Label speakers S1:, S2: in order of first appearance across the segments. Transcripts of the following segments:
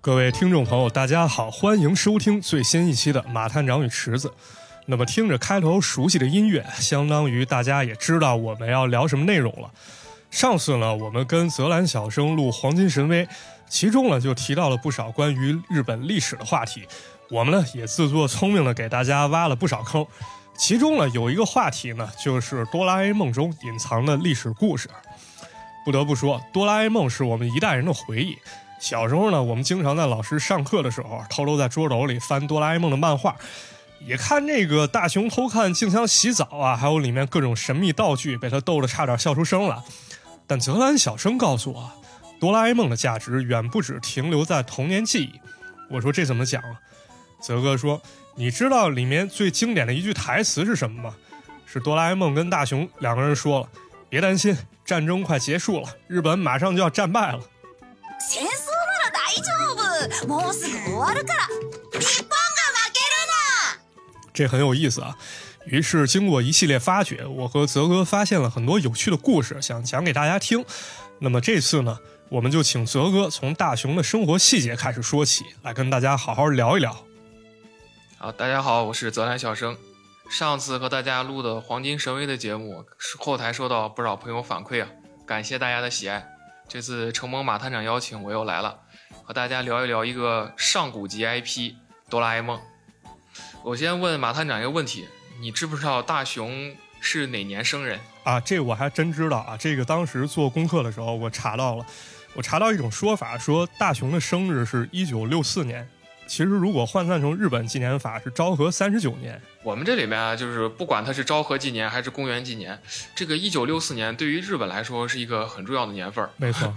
S1: 各位听众朋友，大家好，欢迎收听最新一期的《马探长与池子》。那么，听着开头熟悉的音乐，相当于大家也知道我们要聊什么内容了。上次呢，我们跟泽兰小生录《黄金神威》，其中呢就提到了不少关于日本历史的话题。我们呢也自作聪明的给大家挖了不少坑，其中呢有一个话题呢就是《哆啦 A 梦》中隐藏的历史故事。不得不说，《哆啦 A 梦》是我们一代人的回忆。小时候呢，我们经常在老师上课的时候，偷偷在桌斗里翻《哆啦 A 梦》的漫画，也看那个大雄偷看静香洗澡啊，还有里面各种神秘道具，被他逗得差点笑出声来。但泽兰小生告诉我，哆啦 A 梦的价值远不止停留在童年记忆。我说这怎么讲啊？泽哥说，你知道里面最经典的一句台词是什么吗？是哆啦 A 梦跟大雄两个人说了：“别担心，战争快结束了，日本马上就要战败了。”
S2: 戦争なら大丈夫もうすぐ終わるから日本が負け
S1: 这很有意思啊。于是经过一系列发掘，我和泽哥发现了很多有趣的故事，想讲给大家听。那么这次呢，我们就请泽哥从大雄的生活细节开始说起，来跟大家好好聊一聊。
S3: 好，大家好，我是泽南小生。上次和大家录的《黄金神威》的节目，后台收到不少朋友反馈啊，感谢大家的喜爱。这次承蒙马探长邀请，我又来了，和大家聊一聊一个上古级 IP《哆啦 A 梦》。我先问马探长一个问题：你知不知道大雄是哪年生人？
S1: 啊，这我还真知道啊！这个当时做功课的时候，我查到了，我查到一种说法，说大雄的生日是一九六四年。其实如果换算成日本纪年法是昭和三十九年。
S3: 我们这里面啊，就是不管它是昭和纪年还是公元纪年，这个一九六四年对于日本来说是一个很重要的年份儿。
S1: 没错，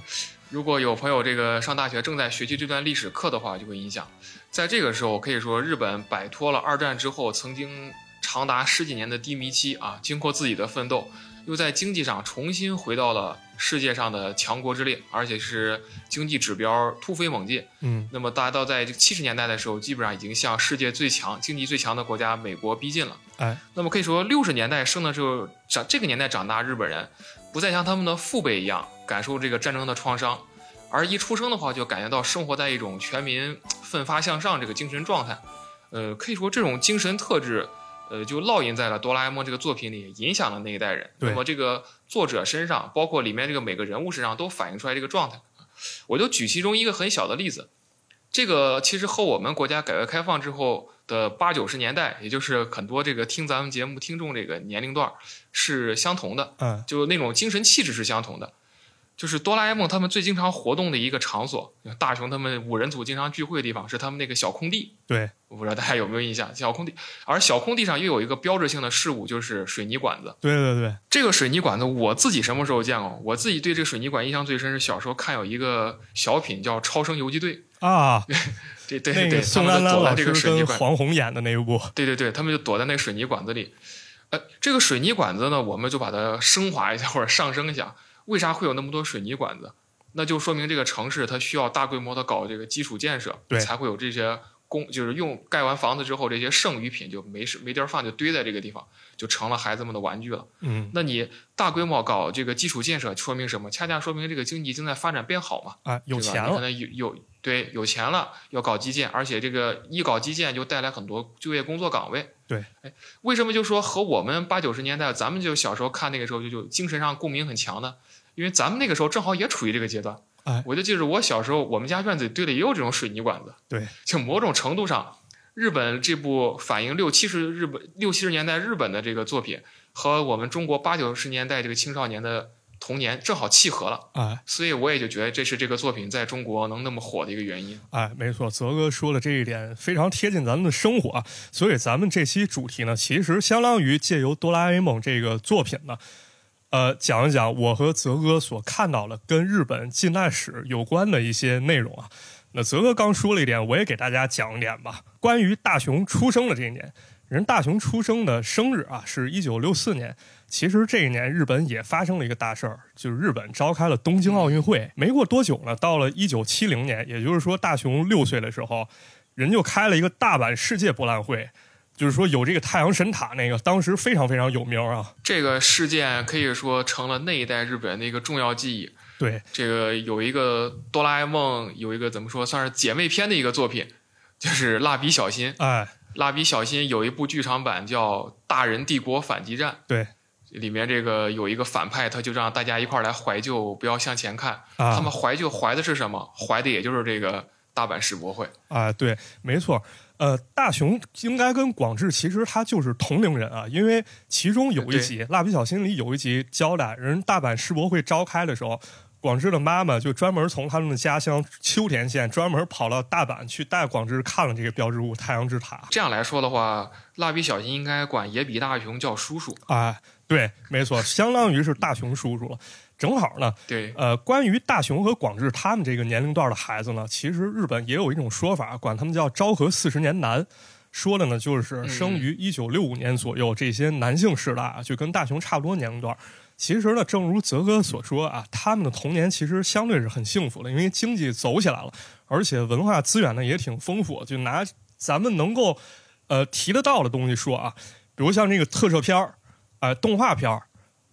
S3: 如果有朋友这个上大学正在学习这段历史课的话，就会影响。在这个时候，可以说日本摆脱了二战之后曾经长达十几年的低迷期啊，经过自己的奋斗，又在经济上重新回到了世界上的强国之列，而且是经济指标突飞猛进。
S1: 嗯，
S3: 那么达到在七十年代的时候，基本上已经向世界最强、经济最强的国家美国逼近了。
S1: 哎，
S3: 那么可以说，六十年代生的时候，长这个年代长大日本人，不再像他们的父辈一样感受这个战争的创伤，而一出生的话，就感觉到生活在一种全民奋发向上这个精神状态。呃，可以说这种精神特质，呃，就烙印在了《哆啦 A 梦》这个作品里，影响了那一代人。
S1: 对
S3: 那么这个作者身上，包括里面这个每个人物身上，都反映出来这个状态。我就举其中一个很小的例子，这个其实和我们国家改革开放之后的八九十年代，也就是很多这个听咱们节目听众这个年龄段儿是相同的，
S1: 嗯，
S3: 就那种精神气质是相同的。就是哆啦 A 梦他们最经常活动的一个场所，大雄他们五人组经常聚会的地方是他们那个小空地。
S1: 对，
S3: 我不知道大家有没有印象，小空地。而小空地上又有一个标志性的事物，就是水泥管子。
S1: 对对对，
S3: 这个水泥管子我自己什么时候见过？我自己对这个水泥管印象最深是小时候看有一个小品叫《超生游击队》，
S1: 啊，
S3: 对对
S1: 那
S3: 对，
S1: 个
S3: 他
S1: 宋丹
S3: 们就
S1: 丹
S3: 躲在
S1: 老
S3: 这个
S1: 师
S3: 水泥
S1: 跟
S3: 管，
S1: 黄宏演的那一部，
S3: 对对对，他们就躲在那个水泥管子里。呃，这个水泥管子呢，我们就把它升华一下或者上升一下。为啥会有那么多水泥管子？那就说明这个城市它需要大规模的搞这个基础建设，
S1: 对
S3: 才会有这些工，就是用盖完房子之后，这些剩余品就没事没地儿放，就堆在这个地方，就成了孩子们的玩具了。
S1: 嗯，
S3: 那你大规模搞这个基础建设，说明什么？恰恰说明这个经济正在发展变好嘛。
S1: 啊，有
S3: 对吧
S1: 钱
S3: 你可
S1: 了，
S3: 能有有对有钱了，要搞基建，而且这个一搞基建就带来很多就业工作岗位。
S1: 对，
S3: 哎，为什么就说和我们八九十年代，咱们就小时候看那个时候就就精神上共鸣很强呢？因为咱们那个时候正好也处于这个阶段。
S1: 哎
S3: 我就记着我小时候，我们家院子里堆的也有这种水泥管子。
S1: 对，
S3: 就某种程度上，日本这部反映六七十日本六七十年代日本的这个作品，和我们中国八九十年代这个青少年的童年正好契合了。
S1: 哎
S3: 所以我也就觉得这是这个作品在中国能那么火的一个原因。
S1: 哎，没错，泽哥说的这一点非常贴近咱们的生活啊，所以咱们这期主题呢，其实相当于借由《哆啦 A 梦》这个作品呢，呃，讲一讲我和泽哥所看到的跟日本近代史有关的一些内容啊。那泽哥刚说了一点，我也给大家讲一点吧，关于大雄出生的这一年。人大雄出生的生日啊，是一九六四年。其实这一年日本也发生了一个大事儿，就是日本召开了东京奥运会。没过多久呢，到了一九七零年，也就是说大雄六岁的时候，人就开了一个大阪世界博览会，就是说有这个太阳神塔那个，当时非常非常有名啊。
S3: 这个事件可以说成了那一代日本人的一个重要记忆。
S1: 对，
S3: 这个有一个哆啦 A 梦，有一个怎么说，算是姐妹篇的一个作品，就是蜡笔小新。
S1: 哎，
S3: 蜡笔小新有一部剧场版叫《大人帝国反击战》，
S1: 对，
S3: 里面这个有一个反派，他就让大家一块儿来怀旧，不要向前看。
S1: 啊
S3: 他们怀旧怀的是什么？怀的也就是这个大阪世博会。
S1: 啊，对，没错。呃，大雄应该跟广志其实他就是同龄人啊，因为其中有一集《蜡笔小新》里有一集交代，人大阪世博会召开的时候，广志的妈妈就专门从他们的家乡秋田县专门跑到大阪去带广志看了这个标志物太阳之塔。
S3: 这样来说的话，蜡笔小新应该管野比大雄叫叔叔。
S1: 啊，对，没错，相当于是大雄叔叔了。正好呢，
S3: 对，
S1: 呃，关于大雄和广志他们这个年龄段的孩子呢，其实日本也有一种说法，管他们叫“昭和四十年男”，说的呢就是生于一九六五年左右这些男性世代啊，就跟大雄差不多年龄段。其实呢，正如泽哥所说啊，他们的童年其实相对是很幸福的，因为经济走起来了，而且文化资源呢也挺丰富。就拿咱们能够呃提得到的东西说啊，比如像这个特摄片儿、呃动画片儿、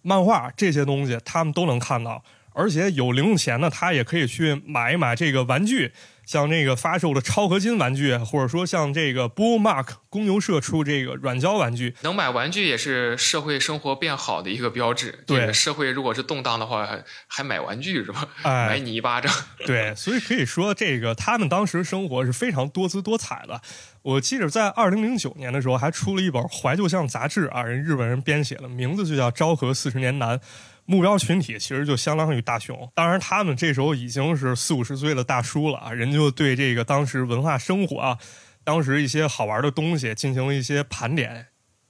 S1: 漫画这些东西，他们都能看到。而且有零用钱呢，他也可以去买一买这个玩具，像这个发售的超合金玩具，或者说像这个 Bull Mark 公牛社出这个软胶玩具，
S3: 能买玩具也是社会生活变好的一个标志。
S1: 对
S3: 这个社会如果是动荡的话，还还买玩具是吧？
S1: 哎
S3: 买你一巴掌。
S1: 对，所以可以说，这个他们当时生活是非常多姿多彩的。我记得在二零零九年的时候，还出了一本怀旧向杂志啊，人日本人编写的，名字就叫《昭和四十年男》，目标群体其实就相当于大熊。当然，他们这时候已经是四五十岁的大叔了啊，人就对这个当时文化生活啊，当时一些好玩的东西进行了一些盘点。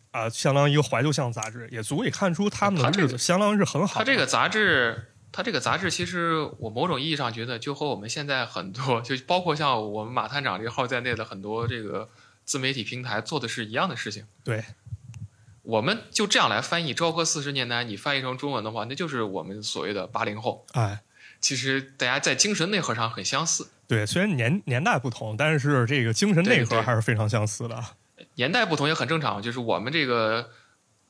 S1: 啊，相当于一个怀旧向杂志，也足以看出他们的
S3: 他这个
S1: 日子相当于是很好。
S3: 它这个杂志，它这个杂志其实我某种意义上觉得，就和我们现在很多，就包括像我们马探长这个号在内的很多这个自媒体平台做的是一样的事情。
S1: 对，
S3: 我们就这样来翻译《昭和四十年代》，你翻译成中文的话，那就是我们所谓的八零后。
S1: 哎，
S3: 其实大家在精神内核上很相似，
S1: 对，虽然年年代不同，但是这个精神内
S3: 对
S1: 核
S3: 对
S1: 还是非常相似的啊。
S3: 年代不同也很正常。就是我们这个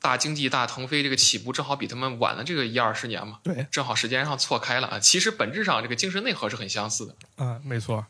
S3: 大经济大腾飞这个起步，正好比他们晚了这个一二十年嘛，
S1: 对，
S3: 正好时间上错开了啊。其实本质上这个精神内核是很相似的。
S1: 啊，没错。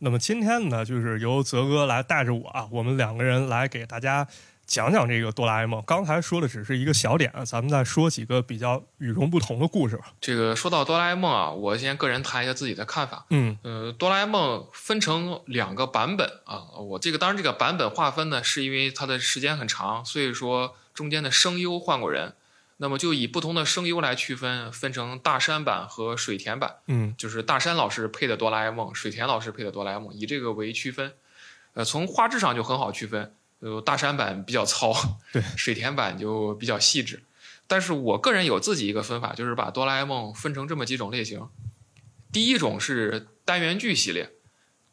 S1: 那么今天呢，就是由泽哥来带着我啊，我们两个人来给大家讲讲这个哆啦 A 梦。刚才说的只是一个小点啊，咱们再说几个比较与众不同的故事吧。
S3: 这个说到哆啦 A 梦啊，我先个人谈一下自己的看法。
S1: 嗯，
S3: 呃，哆啦 A 梦分成两个版本啊，我这个当然这个版本划分呢，是因为它的时间很长，所以说中间的声优换过人。那么就以不同的声优来区分，分成大山版和水田版，
S1: 嗯，
S3: 就是大山老师配的哆啦 A 梦，水田老师配的哆啦 A 梦，以这个为区分。呃，从画质上就很好区分，呃，大山版比较糙，
S1: 对，
S3: 水田版就比较细致。但是我个人有自己一个分法，就是把哆啦 A 梦分成这么几种类型。第一种是单元剧系列，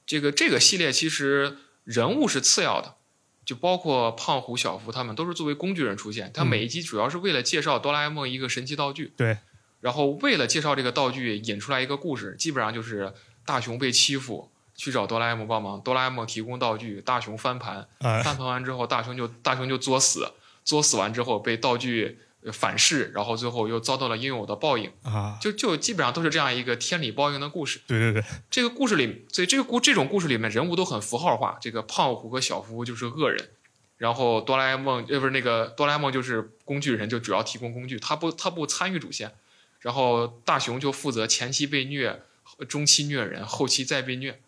S3: 这个这个系列其实人物是次要的，就包括胖虎、小夫他们都是作为工具人出现。它
S1: 嗯
S3: 每一集主要是为了介绍哆啦 A 梦一个神奇道具，
S1: 对，
S3: 然后为了介绍这个道具引出来一个故事，基本上就是大雄被欺负。去找哆啦 A 梦帮忙，哆啦 A 梦提供道具，大雄翻盘，
S1: 啊，
S3: 翻盘完之后，大雄就大雄就作死，作死完之后被道具呃反噬，然后最后又遭到了应有的报应，
S1: 啊，
S3: 就就基本上都是这样一个天理报应的故事。
S1: 对对对，
S3: 这个故事里，所以这个故这种故事里面人物都很符号化，这个胖虎和小夫就是恶人。然后哆啦 A 梦，呃，不是那个哆啦 A 梦就是工具人，就主要提供工具，他不他不参与主线。然后大雄就负责前期被虐，中期虐人，后期再被虐，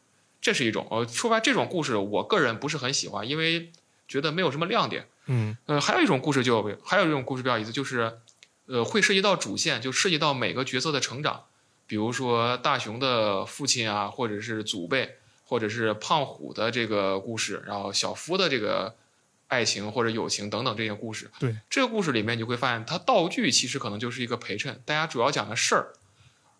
S3: 这是一种。呃，说白了这种故事，我个人不是很喜欢，因为觉得没有什么亮点。
S1: 嗯，
S3: 呃，还有一种故事就有，还有一种故事比较有意思，就是，呃，会涉及到主线，就涉及到每个角色的成长，比如说大雄的父亲啊，或者是祖辈，或者是胖虎的这个故事，然后小夫的这个爱情或者友情等等这些故事。
S1: 对，
S3: 这个故事里面你会发现，它道具其实可能就是一个陪衬，大家主要讲的事儿，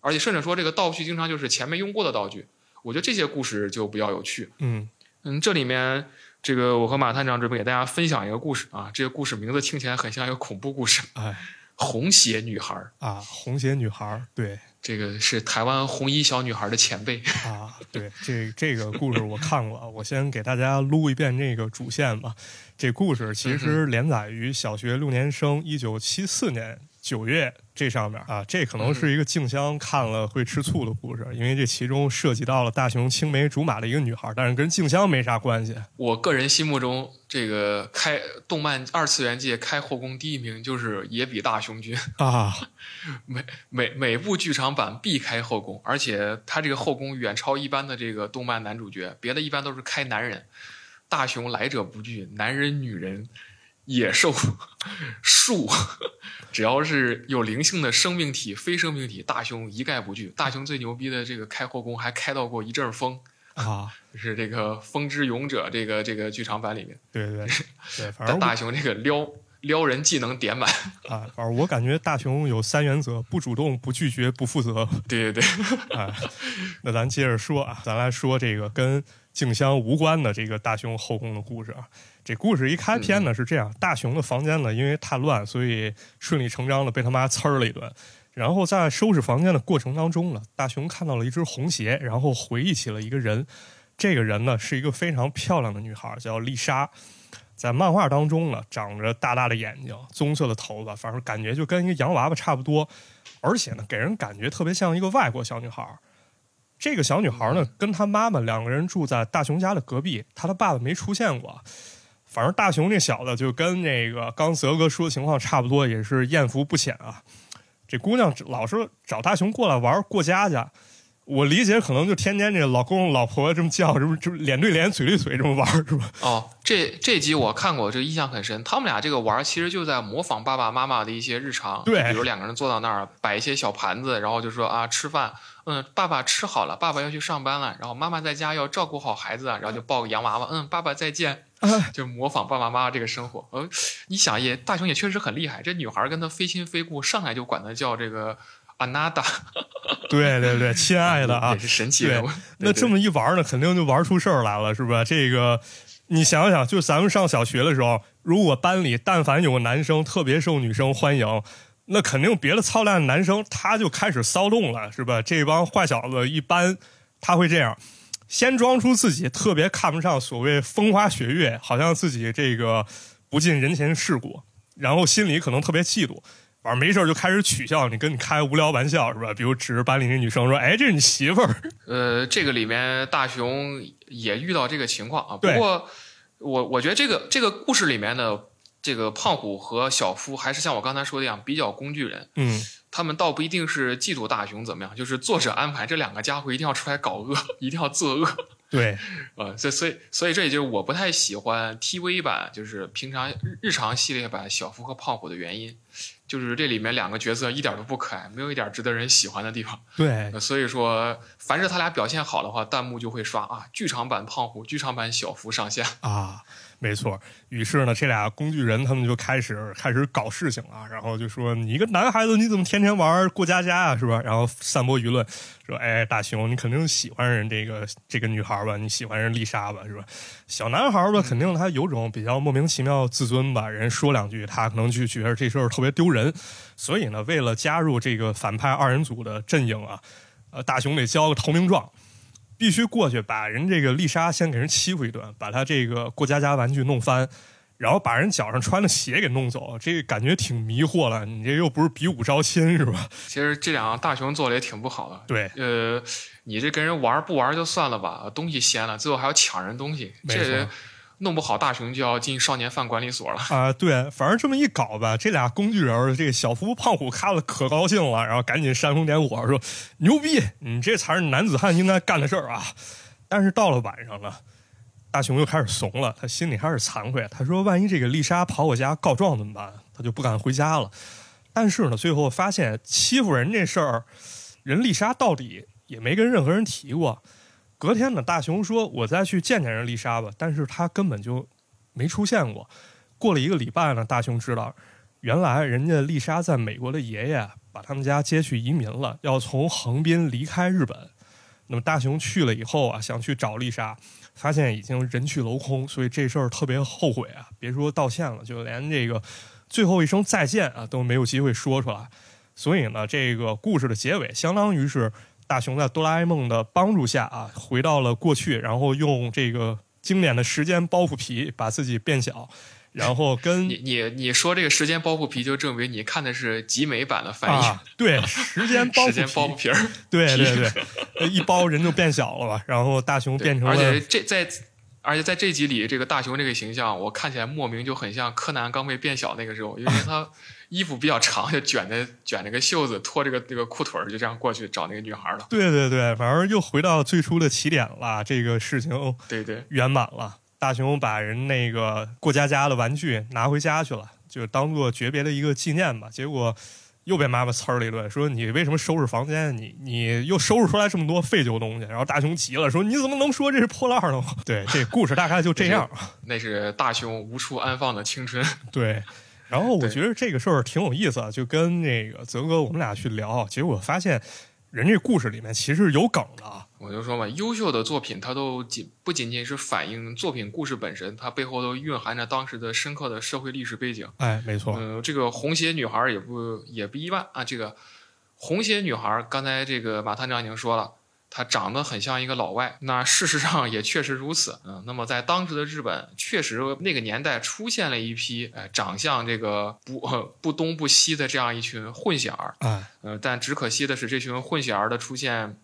S3: 而且甚至说这个道具经常就是前面用过的道具。我觉得这些故事就比较有趣。
S1: 嗯，
S3: 嗯，这里面这个我和马探长准备给大家分享一个故事啊，这个故事名字听起来很像一个恐怖故事，
S1: 哎，
S3: 红鞋女孩儿，
S1: 啊，红鞋女孩儿，对，
S3: 这个是台湾红衣小女孩的前辈。
S1: 啊，对，这这个故事我看过，我先给大家撸一遍这个主线吧。这故事其实连载于小学六年生一九七四年九月这上面啊，这可能是一个静香看了会吃醋的故事，因为这其中涉及到了大雄青梅竹马的一个女孩，但是跟静香没啥关系。
S3: 我个人心目中，这个开动漫二次元界开后宫第一名就是野比大雄君，
S1: 啊，
S3: 每每每部剧场版必开后宫，而且他这个后宫远超一般的这个动漫男主角，别的一般都是开男人，大雄来者不拒，男人、女人、野兽、树，只要是有灵性的生命体、非生命体，大雄一概不惧。大雄最牛逼的这个开后宫还开到过一阵风，
S1: 啊，
S3: 就是这个《风之勇者》这个这个剧场版里面，
S1: 对对对，反
S3: 但
S1: 正
S3: 大雄这个撩撩人技能点满，
S1: 啊，反正我感觉大雄有三原则：不主动、不拒绝、不负责。
S3: 对对对，
S1: 哎，那咱接着说啊，咱来说这个跟静香无关的这个大雄后宫的故事啊。这故事一开篇呢是这样：大雄的房间呢因为太乱，所以顺理成章的被他妈呲儿了一顿。然后在收拾房间的过程当中呢，大雄看到了一只红鞋，然后回忆起了一个人。这个人呢是一个非常漂亮的女孩，叫丽莎。在漫画当中呢，长着大大的眼睛，棕色的头发，反正感觉就跟一个洋娃娃差不多，而且呢，给人感觉特别像一个外国小女孩儿。这个小女孩儿呢，跟她妈妈两个人住在大雄家的隔壁，她的爸爸没出现过。反正大雄这小子就跟那个刚泽哥说的情况差不多，也是艳福不浅啊。这姑娘老是找大雄过来玩儿过家家，我理解可能就天天这老公老婆这么叫，这不这不脸对脸嘴对嘴这么玩儿是吧？
S3: 哦，这这集我看过，这印象很深。他们俩这个玩，儿，其实就在模仿爸爸妈妈的一些日常，
S1: 对
S3: 比如两个人坐到那儿摆一些小盘子，然后就说啊吃饭，嗯，爸爸吃好了，爸爸要去上班了，然后妈妈在家要照顾好孩子啊，然后就抱个洋娃娃，嗯，爸爸再见，
S1: 啊
S3: 就模仿爸爸妈妈这个生活。呃，你想也大雄也确实很厉害，这女孩儿跟他非亲非故，上来就管他叫这个阿娜达，
S1: 对对对，亲爱的啊
S3: 也，是神奇人物。
S1: 那这么一玩呢，肯定就玩出事儿来了，是吧？这个，你想想，就咱们上小学的时候，如果班里但凡有个男生特别受女生欢迎，那肯定别的操蛋男生他就开始骚动了，是吧？这帮坏小子一般他会这样，先装出自己特别看不上所谓风花雪月，好像自己这个不近人情世故，然后心里可能特别嫉妒。反正没事儿就开始取笑你，跟你开无聊玩笑是吧？比如指着班里那女生说：“哎，这是你媳妇儿。”
S3: 呃，这个里面大雄也遇到这个情况啊。不
S1: 对
S3: 过我我觉得这个这个故事里面的这个胖虎和小夫还是像我刚才说的一样，比较工具人。
S1: 嗯，
S3: 他们倒不一定是嫉妒大雄怎么样，就是作者安排这两个家伙一定要出来搞恶，一定要作恶。
S1: 对，
S3: 呃，所以所以所以这也就是我不太喜欢 TV 版，就是平常日日常系列版小夫和胖虎的原因，就是这里面两个角色一点都不可爱，没有一点值得人喜欢的地方。
S1: 对，
S3: 呃所以说，凡是他俩表现好的话，弹幕就会刷啊，剧场版胖虎，剧场版小福上线。
S1: 啊，没错。于是呢，这俩工具人他们就开始开始搞事情了，然后就说：“你一个男孩子，你怎么天天玩儿过家家啊？是吧？”然后散播舆论，说：“哎，大雄，你肯定喜欢人这个这个女孩吧？你喜欢人丽莎吧？是吧？小男孩吧，肯定他有种比较莫名其妙自尊吧，人说两句，他可能就觉得这事儿特别丢人。所以呢，为了加入这个反派二人组的阵营啊，呃，大雄得交个投名状。必须过去把人这个丽莎先给人欺负一顿，把她这个过家家玩具弄翻，然后把人脚上穿的鞋给弄走，这个感觉挺迷惑了。你这又不是比武招亲是吧？
S3: 其实这两个大熊做的也挺不好的。
S1: 对，
S3: 呃，你这跟人玩儿不玩儿就算了吧，东西掀了，最后还要抢人东西，
S1: 没
S3: 这
S1: 错
S3: 弄不好大熊就要进少年犯管理所了。
S1: 啊、对，反正这么一搞吧，这俩工具人儿，这个小夫胖虎看了可高兴了，然后赶紧煽风点火说：“牛逼，你这才是男子汉应该干的事儿啊！”但是到了晚上了，大雄又开始怂了，他心里开始惭愧，他说：“万一这个丽莎跑我家告状怎么办？”他就不敢回家了。但是呢，最后发现欺负人这事儿，人丽莎到底也没跟任何人提过。隔天呢，大雄说：“我再去见见人丽莎吧。”但是他根本就没出现过。过了一个礼拜呢，大雄知道，原来人家丽莎在美国的爷爷把他们家接去移民了，要从横滨离开日本。那么大雄去了以后啊，想去找丽莎，发现已经人去楼空，所以这事儿特别后悔啊！别说道歉了，就连这个最后一声再见啊都没有机会说出来。所以呢，这个故事的结尾相当于是大雄在哆啦 A 梦的帮助下啊，回到了过去，然后用这个经典的时间包袱皮把自己变小，然后跟
S3: 你你你说这个时间包袱皮，就证明你看的是集美版的翻译，
S1: 啊，对，时 间包
S3: 时间包
S1: 袱
S3: 袱
S1: 皮，
S3: 皮儿。
S1: 对对对，呃一包人就变小了吧，然后大熊变成
S3: 而且
S1: 了
S3: 这在而且在这集里，这个大熊这个形象，我看起来莫名就很像柯南刚被变小那个时候，因为 他衣服比较长，就卷着卷着个袖子，拖着个这个裤腿儿，就这样过去找那个女孩了。
S1: 对对对，反正又回到最初的起点了，这个事情
S3: 对对，
S1: 圆满了。大雄把人那个过家家的玩具拿回家去了，就当做诀别的一个纪念吧。结果又被妈妈呲儿了一顿，说你为什么收拾房间？你你又收拾出来这么多废旧东西。然后大雄急了，说你怎么能说这是破烂儿呢？ 对，这故事大概就这样。
S3: 那是大熊无处安放的青春。
S1: 对，然后我
S3: 对
S1: 觉得这个事儿挺有意思啊，就跟那个泽哥我们俩去聊，啊结果发现人这故事里面其实有梗的啊。
S3: 我就说嘛，优秀的作品它都仅不仅仅是反映作品故事本身，它背后都蕴含着当时的深刻的社会历史背景。
S1: 哎，没错，
S3: 嗯，这个红鞋女孩儿也不也不意外啊。这个红鞋女孩，儿，刚才这个马探长已经说了，她长得很像一个老外，那事实上也确实如此。嗯，那么在当时的日本，确实那个年代出现了一批呃长相这个不、呃不东不西的这样一群混血儿。
S1: 哎，
S3: 呃，但只可惜的是，这群混血儿的出现。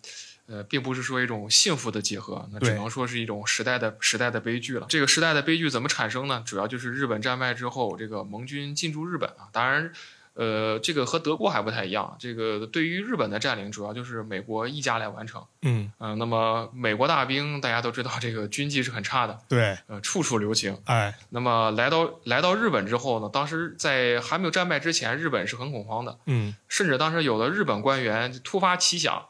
S3: 呃，并不是说一种幸福的结合，那只
S1: 对
S3: 能说是一种时代的时代的悲剧了。这个时代的悲剧怎么产生呢？主要就是日本战败之后，这个盟军进驻日本啊。当然，呃，这个和德国还不太一样。这个对于日本的占领，主要就是美国一家来完成。
S1: 嗯，
S3: 嗯、那么美国大兵大家都知道，这个军纪是很差的，
S1: 对，
S3: 呃，处处留情。
S1: 哎，
S3: 那么来到来到日本之后呢，当时在还没有战败之前，日本是很恐慌的。
S1: 嗯，
S3: 甚至当时有的日本官员突发奇想，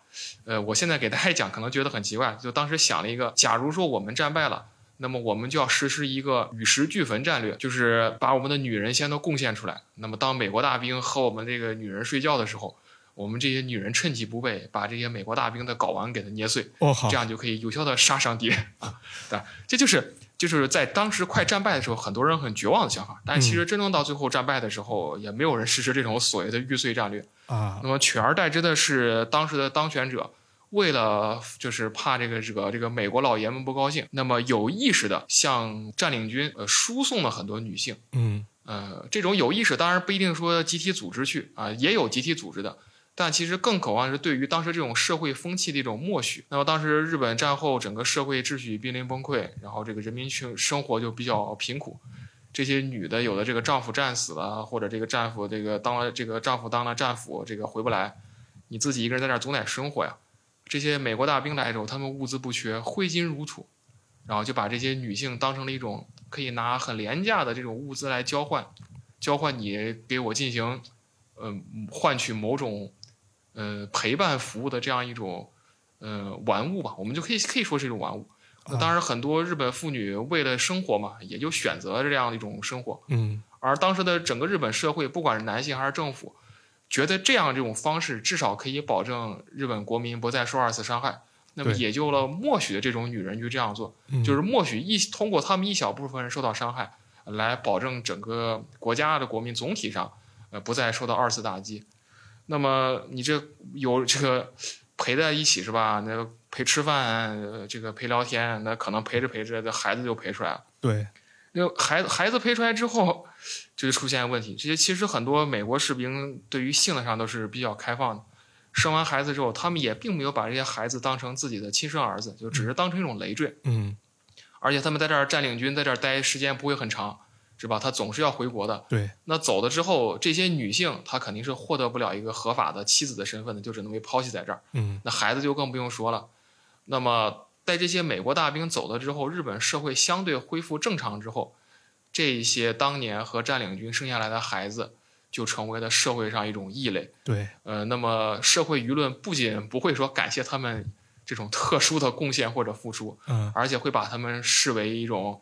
S3: 呃，我现在给大家讲可能觉得很奇怪，就当时想了一个，假如说我们战败了。那么我们就要实施一个与时俱焚战略，就是把我们的女人先都贡献出来。那么当美国大兵和我们这个女人睡觉的时候，我们这些女人趁其不备，把这些美国大兵的睾丸给它捏碎，
S1: 哦好
S3: 这，样就可以有效的杀伤敌人 啊。当然，这就是就是在当时快战败的时候，很多人很绝望的想法。但其实真正到最后战败的时候，也没有人实施这种所谓的玉碎战略。
S1: 啊
S3: 那，么取而代之的是，当时的当选者为了就是怕这个惹这个美国老爷们不高兴，那么有意识的向占领军呃输送了很多女性。
S1: 嗯，
S3: 呃，这种有意识当然不一定说集体组织去啊、也有集体组织的，但其实更渴望是对于当时这种社会风气的一种默许。那么当时日本战后整个社会秩序濒临崩溃，然后这个人民群生活就比较贫苦。这些女的有的这个丈夫战死了，或者这个丈夫这个当了这个丈夫当了战俘，这个回不来，你自己一个人在那儿总得生活呀。这些美国大兵来的时候，他们物资不缺，挥金如土，然后就把这些女性当成了一种可以拿很廉价的这种物资来交换，交换你给我进行，嗯、换取某种，呃，陪伴服务的这样一种，呃，玩物吧，我们就可以可以说是一种玩物。那当然，很多日本妇女为了生活嘛，也就选择了这样的一种生活。
S1: 嗯，
S3: 而当时的整个日本社会，不管是男性还是政府，觉得这样这种方式至少可以保证日本国民不再受二次伤害，那么
S1: 对
S3: 也就了默许了这种女人去这样做，
S1: 嗯
S3: 就是默许一通过他们一小部分人受到伤害，来保证整个国家的国民总体上呃不再受到二次打击。那么你这有这个陪在一起是吧？那陪吃饭，呃这个陪聊天，那可能陪着陪着，这孩子就陪出来了。
S1: 对，
S3: 那孩子孩子陪出来之后，就出现问题。这些其实很多美国士兵对于性的上都是比较开放的。生完孩子之后，他们也并没有把这些孩子当成自己的亲生儿子，就只是当成一种累赘。
S1: 嗯，
S3: 而且他们在这儿占领军，在这儿待时间不会很长，是吧？他总是要回国的。
S1: 对，
S3: 那走了之后，这些女性她肯定是获得不了一个合法的妻子的身份的，就只能被抛弃在这儿。
S1: 嗯，
S3: 那孩子就更不用说了。那么，在这些美国大兵走了之后，日本社会相对恢复正常之后，这一些当年和占领军生下来的孩子，就成为了社会上一种异类。
S1: 对，
S3: 呃，那么社会舆论不仅不会说感谢他们这种特殊的贡献或者付出，
S1: 嗯，
S3: 而且会把他们视为一种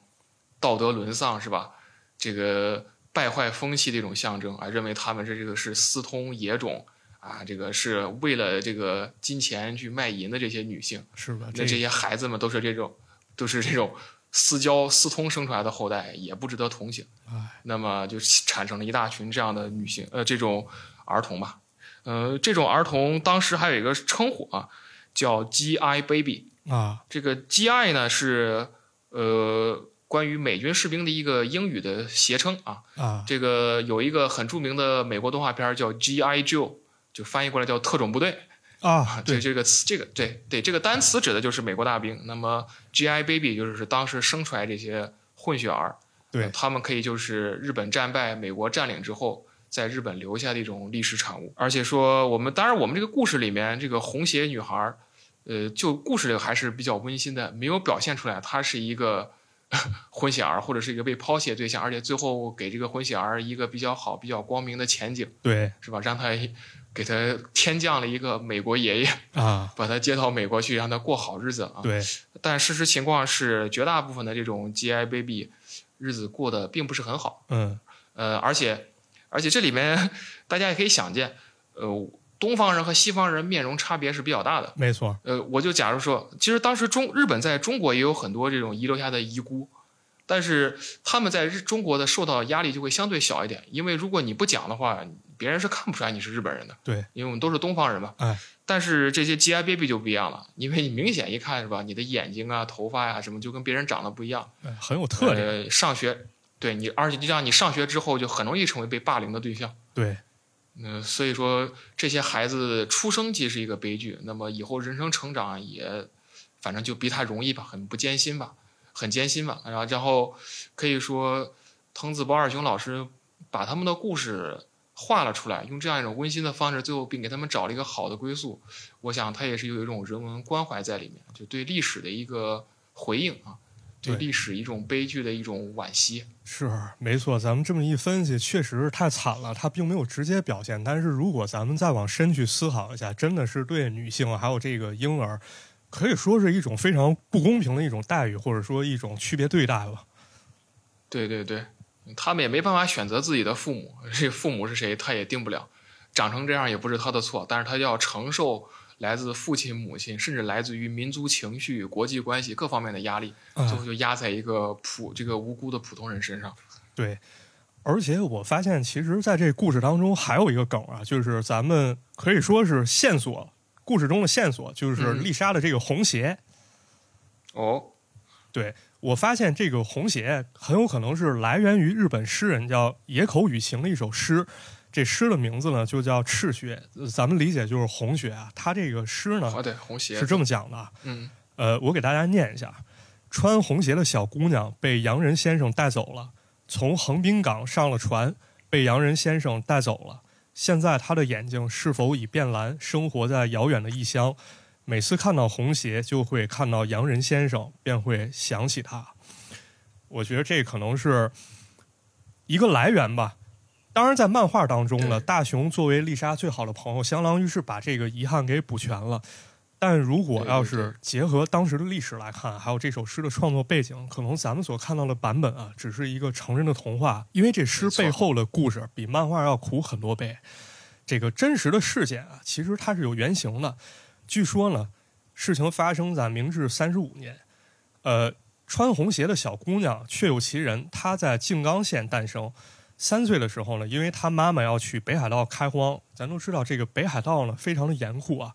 S3: 道德沦丧，是吧？这个败坏风气的一种象征啊，认为他们这这个是私通野种啊，这个是为了这个金钱去卖淫的这些女性，
S1: 是吧？
S3: 那这些孩子们都是这种，都是这种私交私通生出来的后代，也不值得同情。
S1: 哎，
S3: 那么就产生了一大群这样的女性，呃，这种儿童吧，呃，这种儿童当时还有一个称呼啊，叫 GI baby，
S1: 啊，
S3: 这个 GI 呢是呃关于美军士兵的一个英语的谐称啊。
S1: 啊，
S3: 这个有一个很著名的美国动画片儿叫 G.I. Joe，就翻译过来叫特种部队。
S1: 啊，
S3: 对
S1: 对，
S3: 这个词，这个对对，这个单词指的就是美国大兵。那么 GI Baby 就是当时生出来这些混血儿，
S1: 对
S3: 呃他们可以就是日本战败、美国占领之后，在日本留下的一种历史产物。而且说，我们当然我们这个故事里面，这个红鞋女孩儿，呃，就故事里还是比较温馨的，没有表现出来她是一个 混血儿或者是一个被抛弃的对象，而且最后给这个混血儿一个比较好、比较光明的前景，
S1: 对
S3: 是吧？让他给他天降了一个美国爷爷。
S1: 啊，
S3: 把他接到美国去，让他过好日子啊。
S1: 对
S3: 但事实情况是，绝大部分的这种 GI baby 日子过得并不是很好。
S1: 嗯
S3: 呃，而且而且这里面 大家也可以想见，呃，东方人和西方人面容差别是比较大的。
S1: 没错，
S3: 呃，我就假如说，其实当时中日本在中国也有很多这种遗留下的遗孤，但是他们在日中国的受到压力就会相对小一点，因为如果你不讲的话，别人是看不出来你是日本人的。
S1: 对，
S3: 因为我们都是东方人嘛。
S1: 哎。
S3: 但是这些 GI baby 就不一样了，因为你明显一看是吧，你的眼睛啊、头发呀、什么就跟别人长得不一样。
S1: 呃很有特点，
S3: 呃、上学，对你，而且就像你上学之后就很容易成为被霸凌的对象。
S1: 对
S3: 嗯、所以说这些孩子出生即是一个悲剧，那么以后人生成长也，反正就比他容易吧，很不艰辛吧，很艰辛吧。然后，然后可以说，藤子不二雄老师把他们的故事画了出来，用这样一种温馨的方式，最后并给他们找了一个好的归宿。我想他也是有一种人文关怀在里面，就对历史的一个回应啊，对
S1: 对
S3: 历史一种悲剧的一种惋惜。
S1: 是没错。咱们这么一分析，确实是太惨了，它并没有直接表现。但是如果咱们再往深去思考一下，真的是对女性还有这个婴儿，可以说是一种非常不公平的一种待遇，或者说一种区别对待吧。
S3: 对对对，他们也没办法选择自己的父母，这父母是谁他也定不了，长成这样也不是他的错，但是他要承受来自父亲、母亲，甚至来自于民族情绪、国际关系各方面的压力，
S1: 啊
S3: 最后就压在一个普这个无辜的普通人身上。
S1: 对，而且我发现，其实在这故事当中还有一个梗啊，就是咱们可以说是线索，故事中的线索就是
S3: 嗯
S1: 丽莎的这个红鞋。
S3: 哦，
S1: 对我发现这个红鞋很有可能是来源于日本诗人叫野口雨晴的一首诗。这诗的名字呢，就叫《赤血》，呃咱们理解就是红血啊。他这个诗
S3: 哦
S1: 呢
S3: 对，红鞋
S1: 是这么讲的啊，
S3: 嗯，
S1: 呃，我给大家念一下：穿红鞋的小姑娘被洋人先生带走了，从横滨港上了船，被洋人先生带走了。现在她的眼睛是否已变蓝？生活在遥远的异乡，每次看到红鞋，就会看到洋人先生，便会想起他。我觉得这可能是一个来源吧。当然，在漫画当中呢，
S3: 对
S1: 大雄作为丽莎最好的朋友，相当于是把这个遗憾给补全了。但如果
S3: 对
S1: 要
S3: 对
S1: 是结合当时的历史来看，还有这首诗的创作背景，可能咱们所看到的版本啊，只是一个成人的童话，因为这诗
S3: 没错
S1: 背后的故事比漫画要苦很多倍。这个真实的事件啊，其实它是有原型的。据说呢，事情发生在明治三十五年，呃，穿红鞋的小姑娘确有其人，她在静冈县诞生。三岁的时候呢，因为她妈妈要去北海道开荒，咱都知道这个北海道呢非常的严酷啊，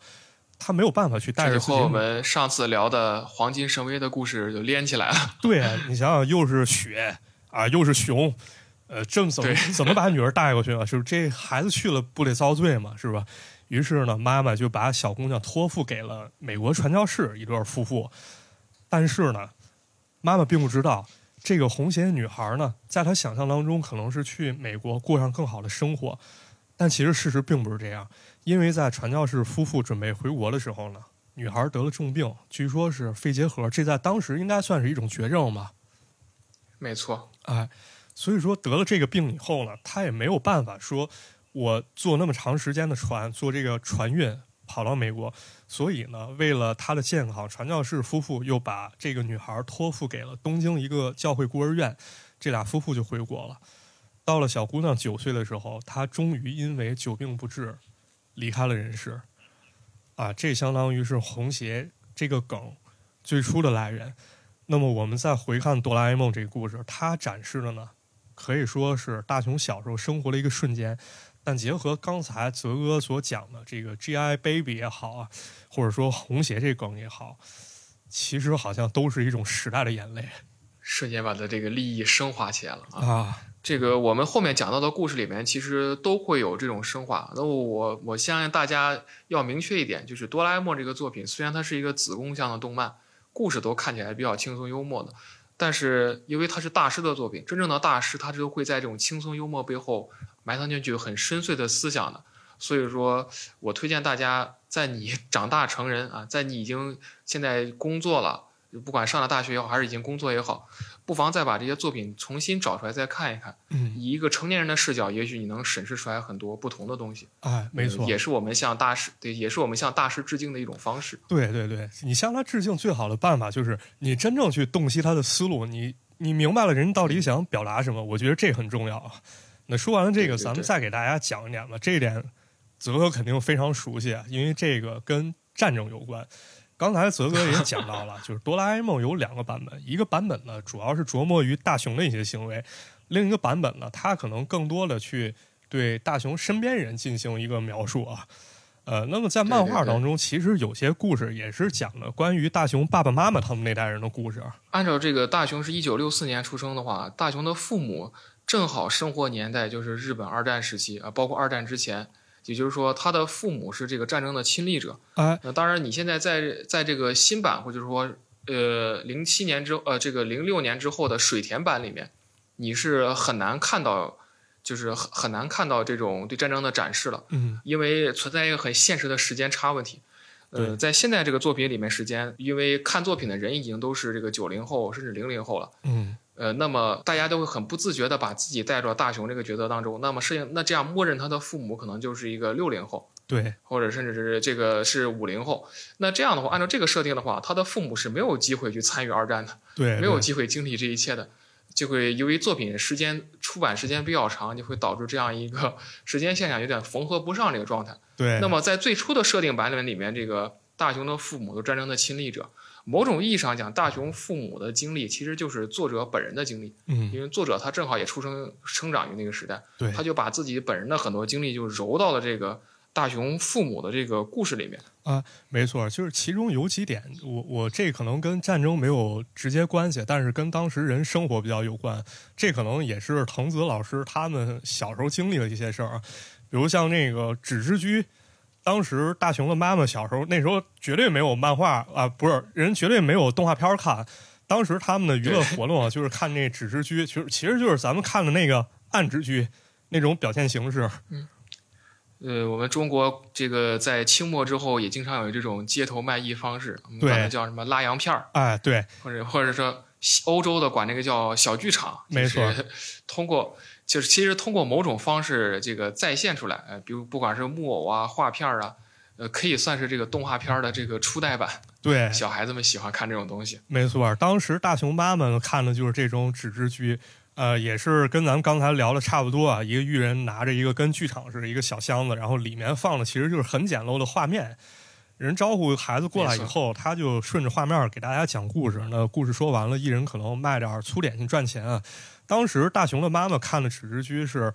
S1: 她没有办法去带
S3: 这
S1: 着
S3: 就
S1: 自己
S3: 和我
S1: 女
S3: 们上次聊的黄金神威的故事就连起来了。
S1: 对啊你想想，又是雪啊，又是熊，呃，这么怎么怎么把女儿带过去啊？就是这孩子去了不得遭罪嘛，是吧？于是呢，妈妈就把小姑娘托付给了美国传教士一对夫妇，但是呢，妈妈并不知道。这个红鞋女孩呢，在她想象当中可能是去美国过上更好的生活，但其实事实并不是这样。因为在传教士夫妇准备回国的时候呢，女孩得了重病，据说是肺结核，这在当时应该算是一种绝症吧。
S3: 没错，
S1: 哎，所以说得了这个病以后呢，他也没有办法说，我坐那么长时间的船，坐这个船运跑到美国，所以呢，为了她的健康，传教士夫妇又把这个女孩托付给了东京一个教会孤儿院，这俩夫妇就回国了。到了小姑娘九岁的时候，她终于因为久病不治，离开了人世。啊，这相当于是红鞋这个梗最初的来源。那么我们再回看《哆啦 A 梦》这个故事，它展示的呢，可以说是大雄小时候生活的一个瞬间。但结合刚才泽哥所讲的这个 GI Baby 也好啊，或者说红鞋这梗也好，其实好像都是一种时代的眼泪。
S3: 瞬间把他这个利益升华起来了啊！
S1: 啊，
S3: 这个我们后面讲到的故事里面，其实都会有这种升华。那我我相信大家要明确一点，就是哆啦 A 梦这个作品，虽然它是一个子宫向的动漫，故事都看起来比较轻松幽默的，但是因为它是大师的作品，真正的大师他就会在这种轻松幽默背后埋藏进去很深邃的思想的。所以说我推荐大家，在你 长大成人啊，在你已经现在工作了，不管上了大学也好，还是已经工作也好，不妨再把这些作品重新找出来再看一看。
S1: 嗯，
S3: 以一个成年人的视角，也许你能审视出来很多不同的东西。
S1: 哎，没错
S3: 呃，也是我们向大师对，也是我们向大师致敬的一种方式。
S1: 对对对，你向他致敬最好的办法就是你真正去洞悉他的思路，你你明白了人到底想表达什么，我觉得这很重要啊。那说完了这个，
S3: 对对
S1: 咱们
S3: 对
S1: 再给大家讲一点吧。这一点，泽哥肯定非常熟悉，啊，因为这个跟战争有关。刚才泽哥也讲到 了，就是哆啦 A 梦有两个版本，一个版本呢主要是琢磨于大雄的一些行为，另一个版本呢，它可能更多的去对大雄身边人进行一个描述啊。呃，那么在漫画当中，其实有些故事也是讲的关于大雄爸爸妈妈他们那代人的故事啊。
S3: 按照这个，大雄是一九六四年出生的话，大雄的父母正好生活年代就是日本二战时期啊，包括二战之前。也就是说，他的父母是这个战争的亲历者。
S1: 哎，
S3: 那当然，你现在在在这个新版，或者说呃零七年之后呃这个零六年之后的水田版里面，你是很难看到，就是很很难看到这种对战争的展示了。
S1: 嗯，
S3: 因为存在一个很现实的时间差问题。呃，
S1: 对
S3: 在现在这个作品里面，时间因为看作品的人已经都是这个九零后甚至零零后了，
S1: 嗯，
S3: 呃，那么大家都会很不自觉的把自己带入到大雄这个角色当中。那么摄影那这样默认他的父母可能就是一个六零后，
S1: 对，
S3: 或者甚至是这个是五零后。那这样的话，按照这个设定的话，他的父母是没有机会去参与二战的。
S1: 对，
S3: 没有
S1: 哎对
S3: 机会经历这一切的，就会由于作品时间出版时间比较长，就会导致这样一个 时间现象有点缝合不上这个状态。
S1: 对，
S3: 那么在最初的设定版本里面，这个大雄的父母都是战争的亲历者，某种意义上讲，大雄父母的经历其实就是作者本人的经历，
S1: 嗯，
S3: 因为作者他正好也出生生长于那个时代，
S1: 对
S3: 他就把自己本人的很多经历就揉到了这个大雄父母的这个故事里面。
S1: 没错，就是其中有几点，我我这可能跟战争没有直接关系，但是跟当时人生活比较有关。这可能也是藤子老师他们小时候经历的一些事儿啊，比如像那个纸之居，当时大雄的妈妈小时候那时候绝对没有漫画啊，不是人绝对没有动画片儿看。当时他们的娱乐
S3: 对
S1: 活动啊，就是看那纸之居，其实其实就是咱们看的那个暗之居那种表现形式。
S3: 呃，我们中国这个在清末之后也经常有这种街头卖艺方式，我们
S1: 对
S3: 管它叫什么拉洋片儿，
S1: 哎，对，
S3: 或者或者说西欧洲的管这个叫小剧场，
S1: 没错，
S3: 通过就是其实通过某种方式这个再现出来，呃，比如不管是木偶啊、画片儿啊，呃，可以算是这个动画片儿的这个初代版，
S1: 对，
S3: 小孩子们喜欢看这种东西。
S1: 没错，当时大熊妈妈看的就是这种纸质剧，呃，也是跟咱们刚才聊的差不多啊。一个艺人拿着一个跟剧场似的一个小箱子，然后里面放的其实就是很简陋的画面。人招呼孩子过来以后，他就顺着画面给大家讲故事。那故事说完了，艺人可能卖点儿粗点心赚钱啊。当时大熊的妈妈看的纸质剧是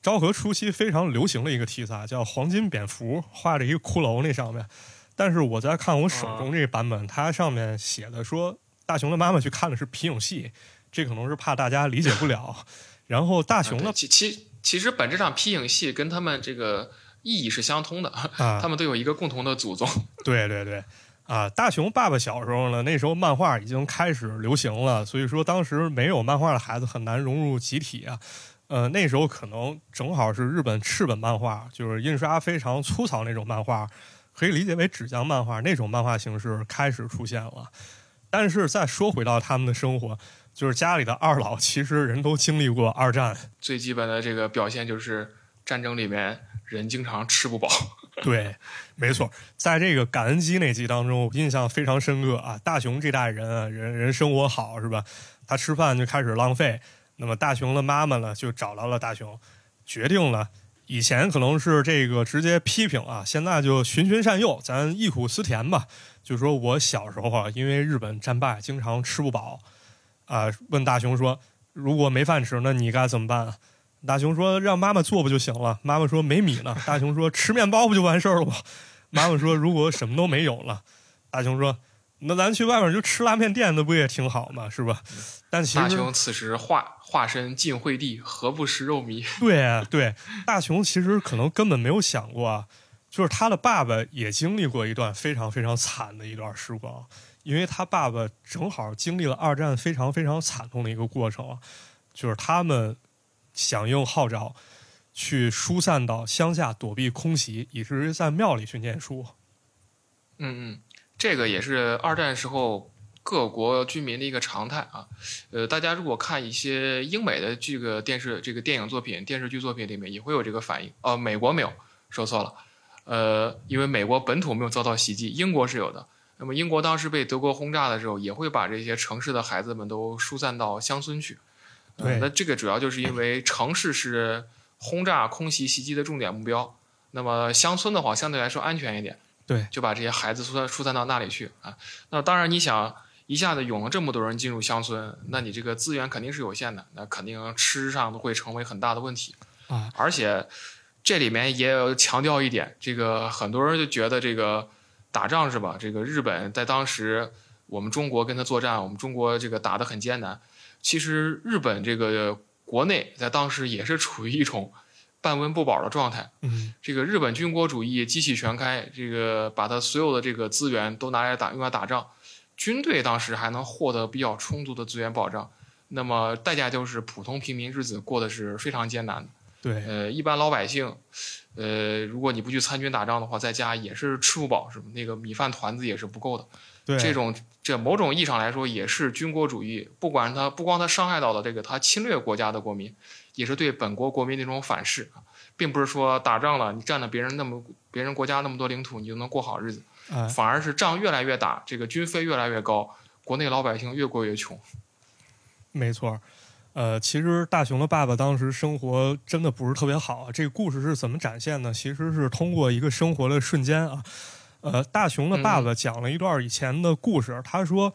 S1: 昭和初期非常流行的一个题材，叫黄金蝙蝠，画着一个骷髅那上面。但是我在看我手中这版本，它上面写的说大熊的妈妈去看的是皮影戏，这可能是怕大家理解不了。然后大熊
S3: 啊对
S1: 的
S3: 其其其实本质上皮影戏跟他们这个意义是相通的，
S1: 啊
S3: 他，们都有一个共同的祖宗。
S1: 对对对，啊，大熊爸爸小时候呢，那时候漫画已经开始流行了，所以说当时没有漫画的孩子很难融入集体啊。呃，那时候可能正好是日本赤本漫画，就是印刷非常粗糙那种漫画，可以理解为纸浆漫画那种漫画形式开始出现了。但是再说回到他们的生活，就是家里的二老其实人都经历过二战，
S3: 最基本的这个表现就是战争里面人经常吃不饱。
S1: 对，没错，在这个感恩机那集当中，我印象非常深刻啊。大雄这代人啊，人人生活好是吧？他吃饭就开始浪费，那么大雄的妈妈呢，就找到了大雄，决定了以前可能是这个直接批评啊，现在就循循善诱，咱忆苦思甜吧。就说我小时候啊，因为日本战败，经常吃不饱啊、问大雄说，如果没饭吃，那你该怎么办啊？大雄说：“让妈妈做不就行了？”妈妈说：“没米呢。”大雄说：“吃面包不就完事儿了吗？”妈妈说：“如果什么都没有了。”大雄说：“那咱去外面就吃拉面店，那不也挺好嘛，是吧？但其
S3: 大
S1: 实
S3: 雄此时化化身晋惠帝，何不食肉糜？
S1: 对啊对，大雄其实可能根本没有想过啊，就是他的爸爸也经历过一段非常非常惨的一段时光，因为他爸爸正好经历了二战非常非常惨痛的一个过程啊，就是他们响应号召，去疏散到乡下躲避空袭，以至于在庙里去念书。
S3: 嗯嗯，这个也是二战时候各国居民的一个常态啊。呃，大家如果看一些英美的这个电视、这个电影作品、电视剧作品里面，也会有这个反应。哦，美国没有，说错了。呃，因为美国本土没有遭到袭击，英国是有的。那么英国当时被德国轰炸的时候，也会把这些城市的孩子们都疏散到乡村去。呃
S1: 对
S3: 那这个主要就是因为城市是轰炸、空袭、袭击的重点目标，那么乡村的话相对来说安全一点。
S1: 对，
S3: 就把这些孩子疏散疏散到那里去啊。那当然，你想一下子涌了这么多人进入乡村，那你这个资源肯定是有限的，那肯定吃上都会成为很大的问题
S1: 啊。
S3: 而且这里面也有强调一点，这个很多人就觉得这个打仗是吧？这个日本在当时我们中国跟他作战，我们中国这个打得很艰难。其实日本这个国内在当时也是处于一种半温不保的状态。
S1: 嗯，
S3: 这个日本军国主义机器全开，这个把它所有的这个资源都拿来打用来打仗，军队当时还能获得比较充足的资源保障，那么代价就是普通平民日子过得是非常艰难的。
S1: 对，
S3: 呃，一般老百姓，呃，如果你不去参军打仗的话，在家也是吃不饱，是吧？那个米饭团子也是不够的。
S1: 对，
S3: 这种这某种意义上来说，也是军国主义，不管它不光它伤害到了这个它侵略国家的国民，也是对本国国民的一种反噬啊，并不是说打仗了你占了别人那么别人国家那么多领土，你就能过好日子，
S1: 哎，
S3: 反而是仗越来越打，这个军费越来越高，国内老百姓越过越穷。
S1: 没错儿，呃，其实大雄的爸爸当时生活真的不是特别好啊。这个故事是怎么展现呢？其实是通过一个生活的瞬间啊。呃，大雄的爸爸讲了一段以前的故事，他说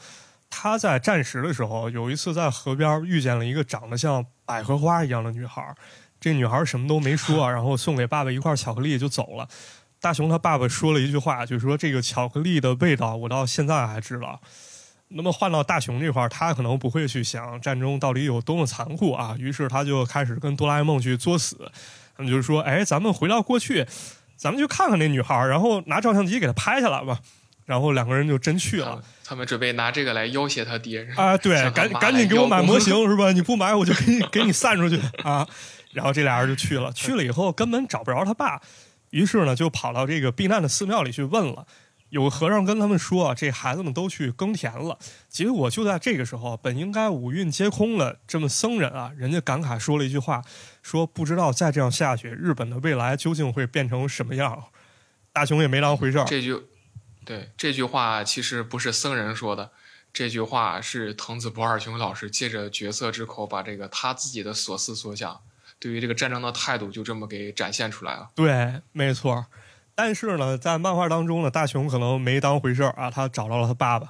S1: 他在战时的时候，有一次在河边遇见了一个长得像百合花一样的女孩儿。这女孩儿什么都没说啊，然后送给爸爸一块巧克力就走了。大雄他爸爸说了一句话，就说这个巧克力的味道我到现在还知道。那么换到大雄这块儿，他可能不会去想战争到底有多么残酷啊，于是他就开始跟哆啦 A 梦去作死。他们就说：“哎，咱们回到过去，咱们去看看那女孩儿，然后拿照相机给她拍下来吧。”然后两个人就真去了。
S3: 啊他们准备拿这个来要挟他爹。
S1: 啊，对，
S3: 向他
S1: 赶
S3: 妈
S1: 赶
S3: 来
S1: 紧给我
S3: 邀
S1: 买
S3: 功
S1: 模型是吧？你不买我就给你给你散出去啊！然后这俩人就去了，去了以后根本找不着他爸，于是呢就跑到这个避难的寺庙里去问了。有个和尚跟他们说啊，这孩子们都去耕田了。结果就在这个时候，本应该五蕴皆空的这么僧人啊，人家感慨说了一句话，说不知道再这样下去，日本的未来究竟会变成什么样。大雄也没当回事儿，
S3: 这句，对这句话其实不是僧人说的，这句话是藤子不二雄老师借着角色之口，把这个他自己的所思所想，对于这个战争的态度，就这么给展现出来了。
S1: 对，没错儿。但是呢，在漫画当中呢，大雄可能没当回事儿啊，他找到了他爸爸，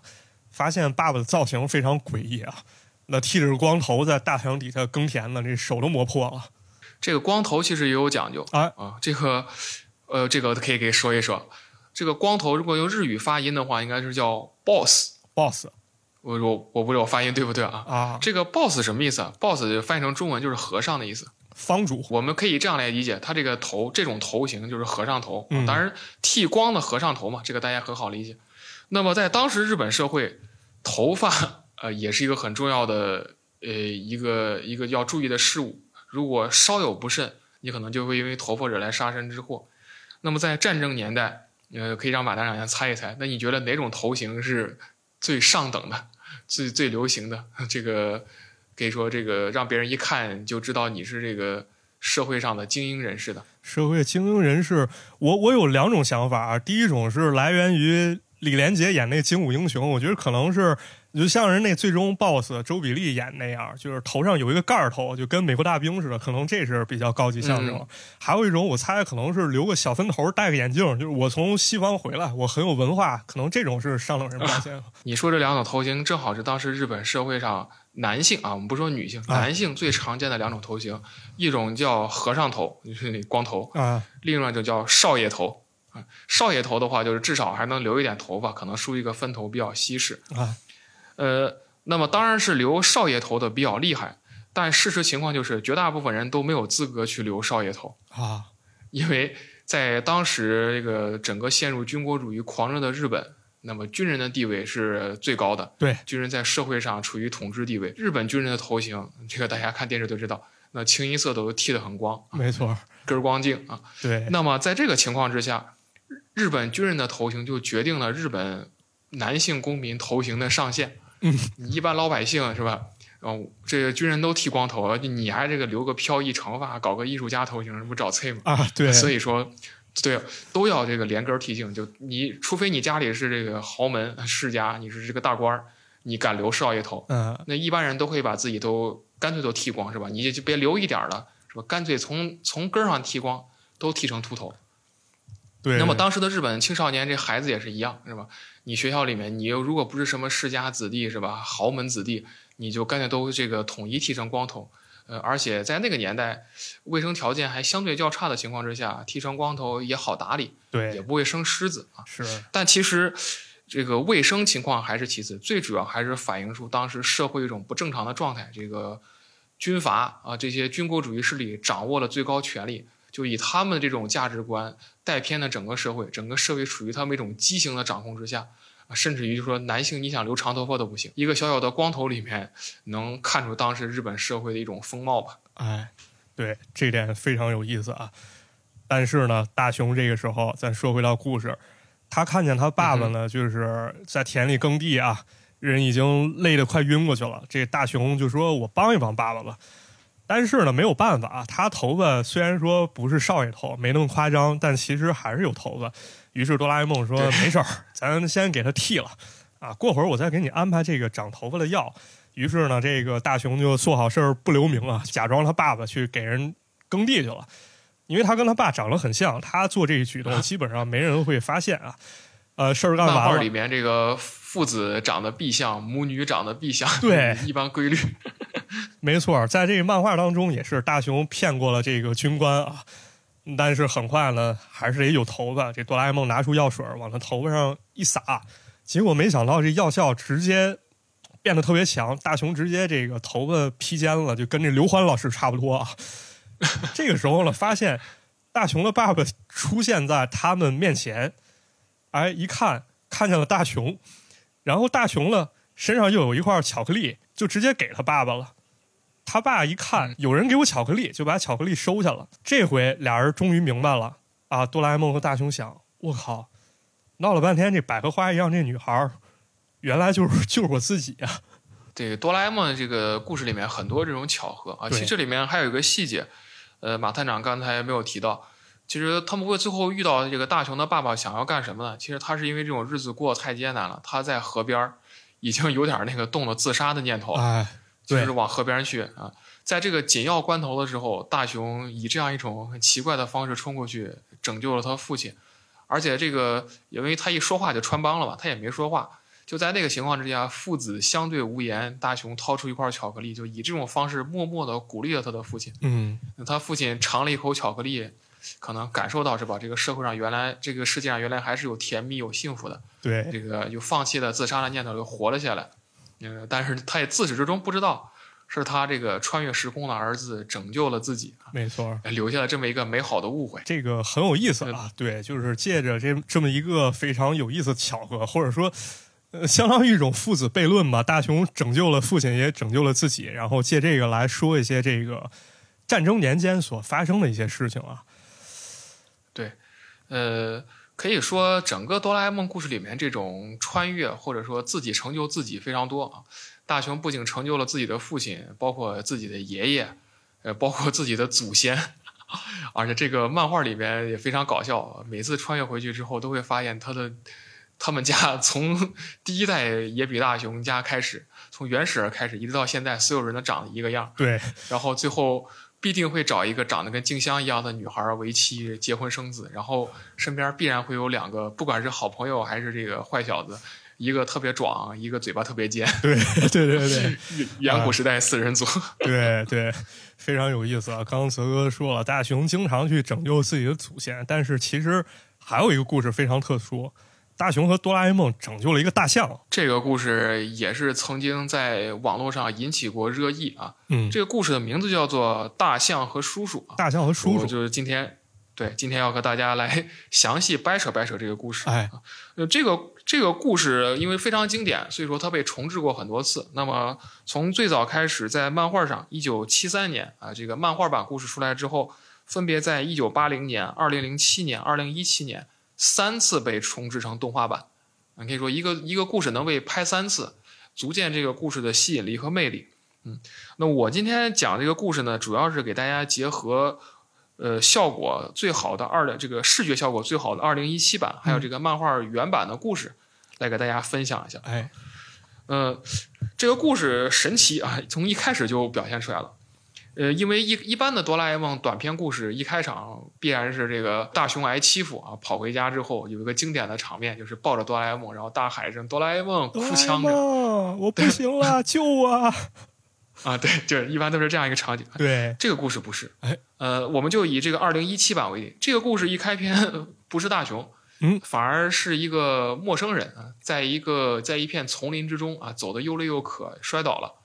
S1: 发现爸爸的造型非常诡异啊，那剃着光头在大太阳底下耕田呢，这手都磨破了。
S3: 这个光头其实也有讲究
S1: 哎
S3: 啊，这个，呃，这个可以给说一说。这个光头如果用日语发音的话，应该是叫 boss。
S1: boss
S3: 我我我不知道我发音对不对啊？
S1: 啊，
S3: 这个 boss 什么意思啊？boss 就翻译成中文就是和尚的意思。
S1: 方主
S3: 我们可以这样来理解，他这个头这种头型就是和尚头，
S1: 嗯
S3: 当然剃光的和尚头嘛，这个大家很好理解。那么在当时日本社会，头发呃也是一个很重要的呃一个一个要注意的事物，如果稍有不慎，你可能就会因为头发惹来杀身之祸。那么在战争年代，呃，可以让马大长先猜一猜，那你觉得哪种头型是最上等的、最最流行的？ 这个可以说这个让别人一看就知道你是这个社会上的精英人士的。
S1: 社会精英人士，我我有两种想法啊，第一种是来源于李连杰演那《精武英雄》，我觉得可能是。就像人那最终 BOSS 周比利演那样，就是头上有一个盖儿头，就跟美国大兵似的，可能这是比较高级象征。
S3: 嗯
S1: 还有一种，我猜可能是留个小分头，戴个眼镜，就是我从西方回来，我很有文化，可能这种是上等人表现。
S3: 你说这两种头型正好是当时日本社会上男性啊，我们不说女性，
S1: 啊
S3: 男性最常见的两种头型，一种叫和尚头，就是那光头；
S1: 啊
S3: 另外就叫少爷头啊，少爷头的话，就是至少还能留一点头发，可能梳一个分头比较稀释。
S1: 啊，
S3: 呃，那么当然是留少爷头的比较厉害，但事实情况就是，绝大部分人都没有资格去留少爷头，
S1: 啊，
S3: 因为在当时这个整个陷入军国主义狂热的日本，那么军人的地位是最高的，
S1: 对，
S3: 军人在社会上处于统治地位。日本军人的头型，这个大家看电视就知道，那清一色都剃得很光，
S1: 没错，
S3: 根儿光净啊。
S1: 对，
S3: 那么在这个情况之下，日日本军人的头型就决定了日本男性公民头型的上限。
S1: 嗯，
S3: 你一般老百姓是吧？哦，这个军人都剃光头了，你还这个留个飘逸长发，搞个艺术家头型，这不找菜吗？
S1: 啊，对，
S3: 所以说，对，都要这个连根儿剃净。就你，除非你家里是这个豪门世家，你是这个大官儿，你敢留少爷头，
S1: 嗯，
S3: 那一般人都会把自己都干脆都剃光，是吧？你就别留一点儿了，是吧？干脆从从根儿上剃光，都剃成秃头。
S1: 对。
S3: 那么当时的日本青少年这孩子也是一样，是吧？你学校里面，你又如果不是什么世家子弟，是吧？豪门子弟，你就干脆都这个统一剃成光头。呃，而且在那个年代，卫生条件还相对较差的情况之下，剃成光头也好打理，也
S1: 对
S3: 不会生虱子啊。
S1: 是
S3: 但其实，这个卫生情况还是其次，最主要还是反映出当时社会一种不正常的状态。这个军阀啊，这些军国主义势力掌握了最高权力，就以他们这种价值观带偏了整个社会，整个社会处于他们一种畸形的掌控之下。啊甚至于就说男性你想留长头发都不行，一个小小的光头里面能看出当时日本社会的一种风貌吧。
S1: 哎，对，这点非常有意思啊。但是呢，大雄这个时候，咱说回到故事，他看见他爸爸呢，就是在田里耕地啊，人已经累得快晕过去了。这大雄就说：“我帮一帮爸爸吧。”但是呢，没有办法啊，他头发虽然说不是少爷头，没那么夸张，但其实还是有头发。于是哆啦 A 梦说：“
S3: 对
S1: 没事儿，咱先给他剃了啊，过会儿我再给你安排这个长头发的药。”于是呢，这个大雄就做好事儿不留名啊，假装他爸爸去给人耕地去了，因为他跟他爸长得很像，他做这一举动基本上没人会发现啊。呃，事儿干
S3: 啊漫画
S1: 完
S3: 里
S1: 了，
S3: 面这个父子长得必相，母女长得必相，
S1: 对
S3: 一般规律。
S1: 没错，在这个漫画当中也是大雄骗过了这个军官啊，但是很快呢，还是得有头发。这哆啦 A 梦拿出药水儿往他头发上一撒，结果没想到这药效直接变得特别强，大雄直接这个头发披肩了，就跟这刘欢老师差不多啊。这个时候呢，发现大雄的爸爸出现在他们面前，哎，一看看见了大雄，然后大雄呢身上又有一块巧克力，就直接给他爸爸了。他爸一看
S3: 嗯
S1: 有人给我巧克力，就把巧克力收下了。这回俩人终于明白了啊！哆啦 A 梦和大雄想，我靠，闹了半天这百合花一样这女孩儿，原来就是 就是我自己啊！
S3: 对，哆啦 A 梦这个故事里面很多这种巧合啊，
S1: 对
S3: 其实这里面还有一个细节，呃，马探长刚才没有提到，其实他们会最后遇到这个大雄的爸爸想要干什么呢？其实他是因为这种日子过得太艰难了，他在河边儿已经有点儿那个动了自杀的念头，
S1: 哎，
S3: 就
S1: 对
S3: 是往河边儿去啊。在这个紧要关头的时候，大雄以这样一种很奇怪的方式冲过去，拯救了他父亲。而且这个，因为他一说话就穿帮了嘛，他也没说话。就在那个情况之下，父子相对无言。大雄掏出一块巧克力，就以这种方式默默地鼓励了他的父亲。
S1: 嗯，
S3: 他父亲尝了一口巧克力，可能感受到是吧？这个社会上原来这个世界上原来还是有甜蜜有幸福的。
S1: 对，
S3: 这个就放弃了自杀的念头，就活了下来。嗯，但是他也自始至终不知道，是他这个穿越时空的儿子拯救了自己，
S1: 没错儿。
S3: 留下了这么一个美好的误会。
S1: 这个很有意思
S3: 嗯
S1: 啊，对，就是借着这这么一个非常有意思的巧合，或者说，呃，相当于一种父子悖论吧。大雄拯救了父亲，也拯救了自己，然后借这个来说一些这个战争年间所发生的一些事情啊。
S3: 呃，可以说整个哆啦 A 梦故事里面，这种穿越或者说自己成就自己非常多啊。大雄不仅成就了自己的父亲，包括自己的爷爷，呃，包括自己的祖先。 而且这个漫画里面也非常搞笑，啊每次穿越回去之后，都会发现他的他们家 从第一代野比大雄家开始，从原始人开始，一直到现在，所有人都长得一个样儿。
S1: 对，
S3: 然后最后必定会找一个长得跟静香一样的女孩为妻，结婚生子。然后身边必然会有两个，不管是好朋友还是这个坏小子，一个特别壮，一个嘴巴特别尖。
S1: 对，对，对，对，
S3: 远
S1: 嗯
S3: 古时代四人组，
S1: 对，对，非常有意思啊。刚刚泽哥说了，大雄经常去拯救自己的祖先，但是其实还有一个故事非常特殊，大雄和哆啦 A 梦拯救了一个大象。
S3: 这个故事也是曾经在网络上引起过热议啊。
S1: 嗯，
S3: 这个故事的名字叫做《大象和叔叔》啊。
S1: 大象和叔
S3: 我
S1: 叔，
S3: 就是今天，对，今天要和大家来详细掰扯掰扯这个故事。
S1: 哎，
S3: 呃，这个这个故事因为非常经典，所以说它被重置过很多次。那么从最早开始，在漫画上，一九七三年啊，这个漫画版故事出来之后，分别在一九八零年、二零零七年、二零一七年三次被重置成动画版。你可以说一个一个故事能被拍三次，足见这个故事的吸引力和魅力。嗯，那我今天讲这个故事呢，主要是给大家结合呃效果最好的二的这个视觉效果最好的二零一七版，还
S1: 嗯
S3: 有这个漫画原版的故事，来给大家分享一下。
S1: 哎，
S3: 呃，这个故事神奇啊，从一开始就表现出来了。呃，因为一一般的哆啦 A 梦短篇故事一开场必然是这个大雄挨欺负啊，跑回家之后有一个经典的场面，就是抱着哆啦 A 梦，然后大喊一声“哆啦 A 梦”，哭
S1: 哆啦 A
S3: 腔着
S1: 梦，我不行 了，救我！
S3: 啊，对，就是一般都是这样一个场景。啊
S1: 对，
S3: 这个故事不是，
S1: 哎，
S3: 呃，我们就以这个二零一七版为例。这个故事一开篇 不是大雄，
S1: 嗯
S3: 反而是一个陌生人啊，在一个在一片丛林之中啊，走的又累又渴，摔倒了。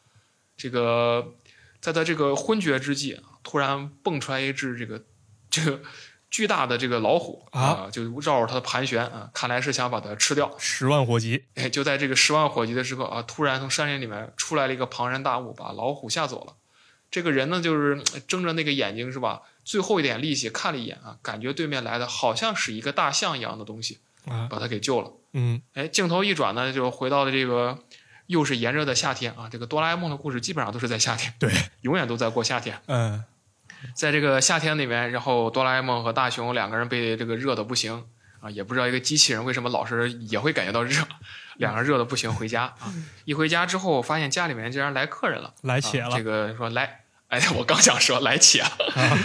S3: 这个在他这个昏厥之际啊，突然蹦出来一只这个这个 巨大的这个老虎
S1: 啊
S3: 就绕着他盘旋啊，看来是想把它吃掉。
S1: 十万火急，
S3: 哎，就在这个十万火急的时刻啊，突然从山林里面出来了一个庞然大物，把老虎吓走了。这个人呢，就是呃睁着那个眼睛是吧？最后一点力气看了一眼啊，感觉对面来的好像是一个大象一样的东西，
S1: 啊，
S3: 把他给救了。
S1: 嗯，
S3: 哎，镜头一转呢，就回到了这个又是炎热的夏天啊。这个哆啦 A 梦的故事基本上都是在夏天，
S1: 对，
S3: 永远都在过夏天。
S1: 嗯，
S3: 在这个夏天里面，然后哆啦 A 梦和大雄两个人被这个热的不行啊，也不知道一个机器人为什么老是也会感觉到热，两个人热的不行，回家啊，一回家之后发现家里面竟然来客人了，
S1: 来且
S3: 啊这
S1: 了，
S3: 个说来， 哎，我刚想说来且了，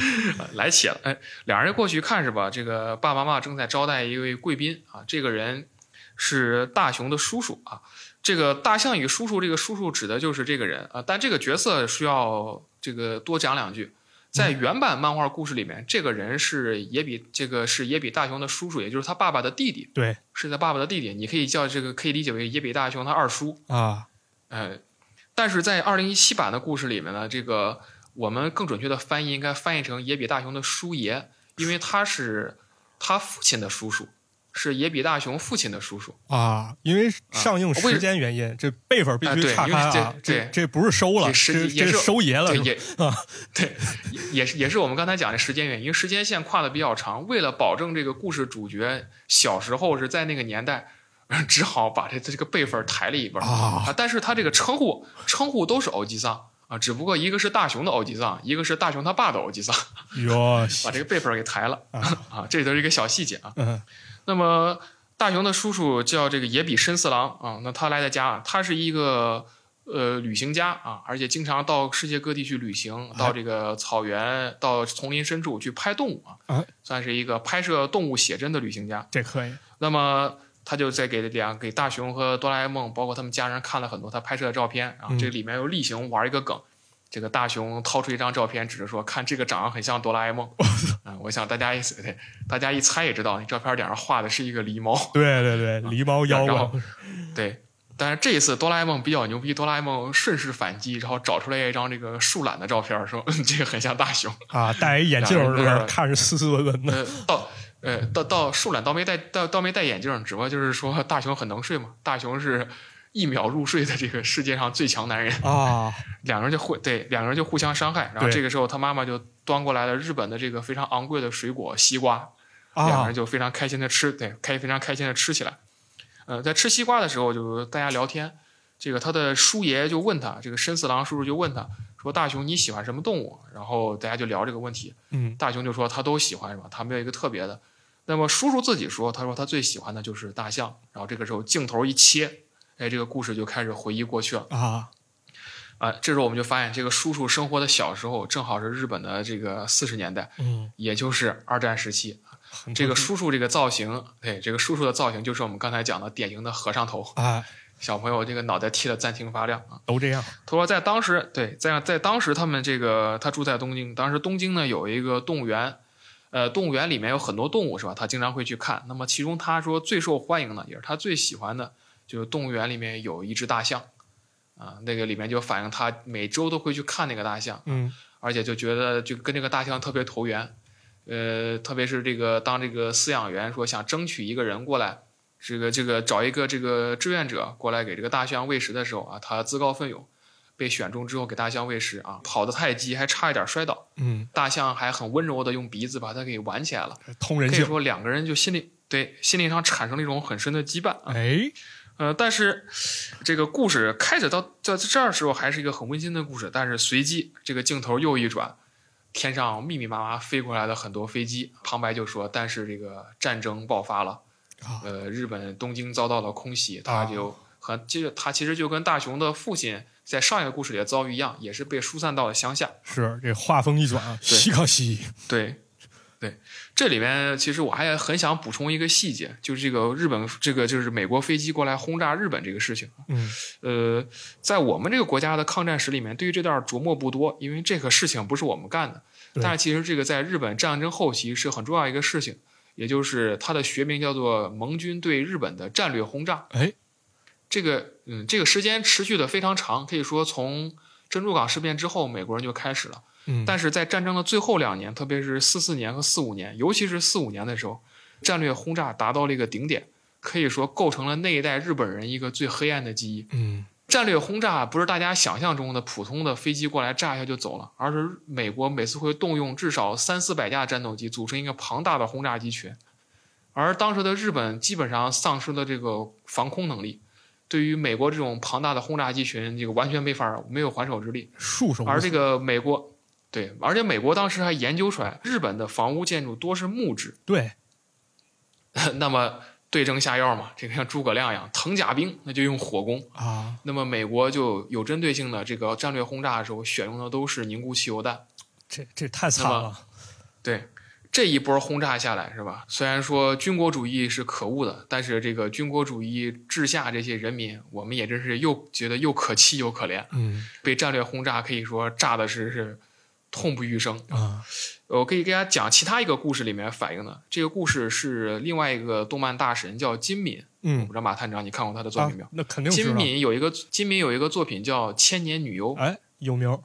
S3: 来且了，哎，两人过去看是吧？这个爸爸妈妈正在招待一位贵宾啊，这个人是大雄的叔叔啊。这个大象与叔叔，这个叔叔指的就是这个人啊，但这个角色需要这个多讲两句。在原版漫画故事里面，这个人是也比这个是也比大雄的叔叔，也就是他爸爸的弟弟，
S1: 对
S3: 是他爸爸的弟弟。你可以叫这个可以理解为也比大雄他二叔。
S1: 啊，
S3: 呃，但是在二零一七版的故事里面呢，这个我们更准确的翻译应该翻译成野比大雄的叔爷，因为他是他父亲的叔叔，是野比大雄父亲的 叔叔。
S1: 啊，因为上映时间原因，这辈分必须岔开啊
S3: 啊，对因为
S1: 这
S3: 这对
S1: 这不是收了，
S3: 这时
S1: 这
S3: 也
S1: 这
S3: 是
S1: 收爷了
S3: 对，
S1: 是吧，
S3: 也对，也是也是我们刚才讲的时间原因，因为时间线跨的比较长，为了保证这个故事主角小时候是在那个年代， 只好把这这个辈分抬了一辈儿
S1: 啊
S3: 但是他这个称呼称呼都是欧吉桑啊，只不过一个是大雄的欧吉桑，一个是大雄他爸的欧吉桑，
S1: 哟，
S3: 把这个辈分儿给抬了
S1: 啊
S3: 啊，这都是一个小细节啊。
S1: 嗯
S3: 那么大雄的叔叔叫这个野比伸四郎啊，那他来的家啊，他是一个呃旅行家啊，而且经常到世界各地去旅行，
S1: 哎
S3: 到这个草原、到丛林深处去拍动物
S1: 哎
S3: 啊，算是一个拍摄动物写真的旅行家。
S1: 这可以，
S3: 那么他就在给两给大雄和哆啦 A 梦，包括他们家人看了很多他拍摄的照片啊
S1: 嗯。
S3: 这里面有例行玩一个梗，这个大雄掏出一张照片，指着说：“看这个长得很像哆啦 A 梦。”啊，我想大家一对大家一猜也知道，那照片顶上画的是一个狸猫。
S1: 对对对，狸猫妖
S3: 然后
S1: 怪，
S3: 对，但是这一次哆啦 A 梦比较牛逼，哆啦 A 梦顺势反击，然后找出来一张这个树懒的照片，说：“嗯这个很像大雄。”
S1: 啊，戴一眼镜儿是不
S3: 两个
S1: 是
S3: 人
S1: 看着斯斯文文的？
S3: 呃，到呃到到树懒倒没戴倒倒没戴眼镜，只不过就是说大雄很能睡嘛，大雄是一秒入睡的这个世界上最强男人，
S1: 啊，
S3: 两个人就互对两个人就互相伤害，然后
S1: 对
S3: 这个时候他妈妈就端过来了日本的这个非常昂贵的水果西瓜，两个
S1: 啊
S3: 人，就非常开心的吃，对，开非常开心的吃起来。呃，在吃西瓜的时候，就大家聊天，这个他的叔爷就问他，这个申四郎叔叔就问他说：“大雄你喜欢什么动物？”然后大家就聊这个问题。
S1: 嗯，
S3: 大雄就说他都喜欢是吧？他没有一个特别的。那么叔叔自己说，他说他最喜欢的就是大象。然后这个时候镜头一切，哎，这个故事就开始回忆过去了。
S1: 啊，
S3: 啊、这时候我们就发现，这个叔叔生活的小时候正好是日本的这个四十年代，
S1: 嗯，
S3: 也就是二战时期。
S1: 很
S3: 这个
S1: 特殊
S3: 叔叔这个造型，对，这个叔叔的造型就是我们刚才讲的典型的和尚头，
S1: 啊，
S3: 小朋友这个脑袋剃得暂停发亮啊。
S1: 都这样，
S3: 他说，在当时，对，在在当时，他们这个他住在东京，当时东京呢有一个动物园，呃，动物园里面有很多动物是吧？他经常会去看。那么其中他说最受欢迎的，也是他最喜欢的，就是动物园里面有一只大象，啊、那个里面就反映他每周都会去看那个大象，
S1: 嗯
S3: 而且就觉得就跟这个大象特别投缘。呃，特别是这个当这个饲养员说想争取一个人过来，这个这个找一个这个志愿者过来给这个大象喂食的时候啊，他自告奋勇，被选中之后给大象喂食啊，跑得太急还差一点摔倒，
S1: 嗯，
S3: 大象还很温柔的用鼻子把它给挽起来了。
S1: 通人
S3: 可以
S1: 性。
S3: 说两个人就心里对心理上产生了一种很深的羁绊啊。
S1: 哎，
S3: 呃，但是这个故事开始到在这儿的时候还是一个很温馨的故事，但是随即这个镜头又一转，天上密密麻麻飞过来了很多飞机。旁白就说：“但是这个战争爆发了，
S1: 啊
S3: 呃，日本东京遭到了空袭，
S1: 啊
S3: 他就和就他其实就跟大雄的父亲在上一个故事里的遭遇一样，也是被疏散到了乡下。”
S1: 是这话锋一转，西康西，
S3: 对，对，这里面其实我还很想补充一个细节，就是这个日本这个就是美国飞机过来轰炸日本这个事情。
S1: 嗯
S3: 呃，在我们这个国家的抗战史里面，对于这段琢磨不多，因为这个事情不是我们干的。
S1: 对
S3: 但是其实这个在日本战争后期是很重要一个事情，也就是它的学名叫做盟军对日本的战略轰炸。
S1: 哎，
S3: 这个嗯，这个时间持续的非常长，可以说从珍珠港事变之后，美国人就开始了。
S1: 嗯，
S3: 但是在战争的最后两年，特别是四四年和四五年，尤其是四五年的时候，战略轰炸达到了一个顶点，可以说构成了那一代日本人一个最黑暗的记忆。
S1: 嗯
S3: 战略轰炸不是大家想象中的普通的飞机过来炸一下就走了，而是美国每次会动用至少三四百架战斗机组成一个庞大的轰炸机群，而当时的日本基本上丧失了这个防空能力，对于美国这种庞大的轰炸机群，这个完全没法没有还手之力。
S1: 束手无
S3: 而这
S1: 策。
S3: 个美国，对，而且美国当时还研究出来，日本的房屋建筑多是木质，
S1: 对，
S3: 那么对症下药嘛，这个像诸葛亮一样，藤甲兵那就用火攻。
S1: 啊，
S3: 那么美国就有针对性的这个战略轰炸的时候，选用的都是凝固汽油弹。
S1: 这这太惨了。
S3: 对，这一波轰炸下来是吧？虽然说军国主义是可恶的，但是这个军国主义治下这些人民，我们也真是又觉得又可气又可怜，
S1: 嗯
S3: 被战略轰炸可以说炸的是是痛不欲生。呃
S1: 啊，
S3: 我可以给大家讲其他一个故事里面反映的，这个故事是另外一个动漫大神叫金敏，我
S1: 嗯
S3: 不知道马探长你看过他的作
S1: 啊
S3: 品没有？，
S1: 那肯定
S3: 金
S1: 是
S3: 敏有一个金敏有一个作品叫《千年女优》，《
S1: 哎，有名儿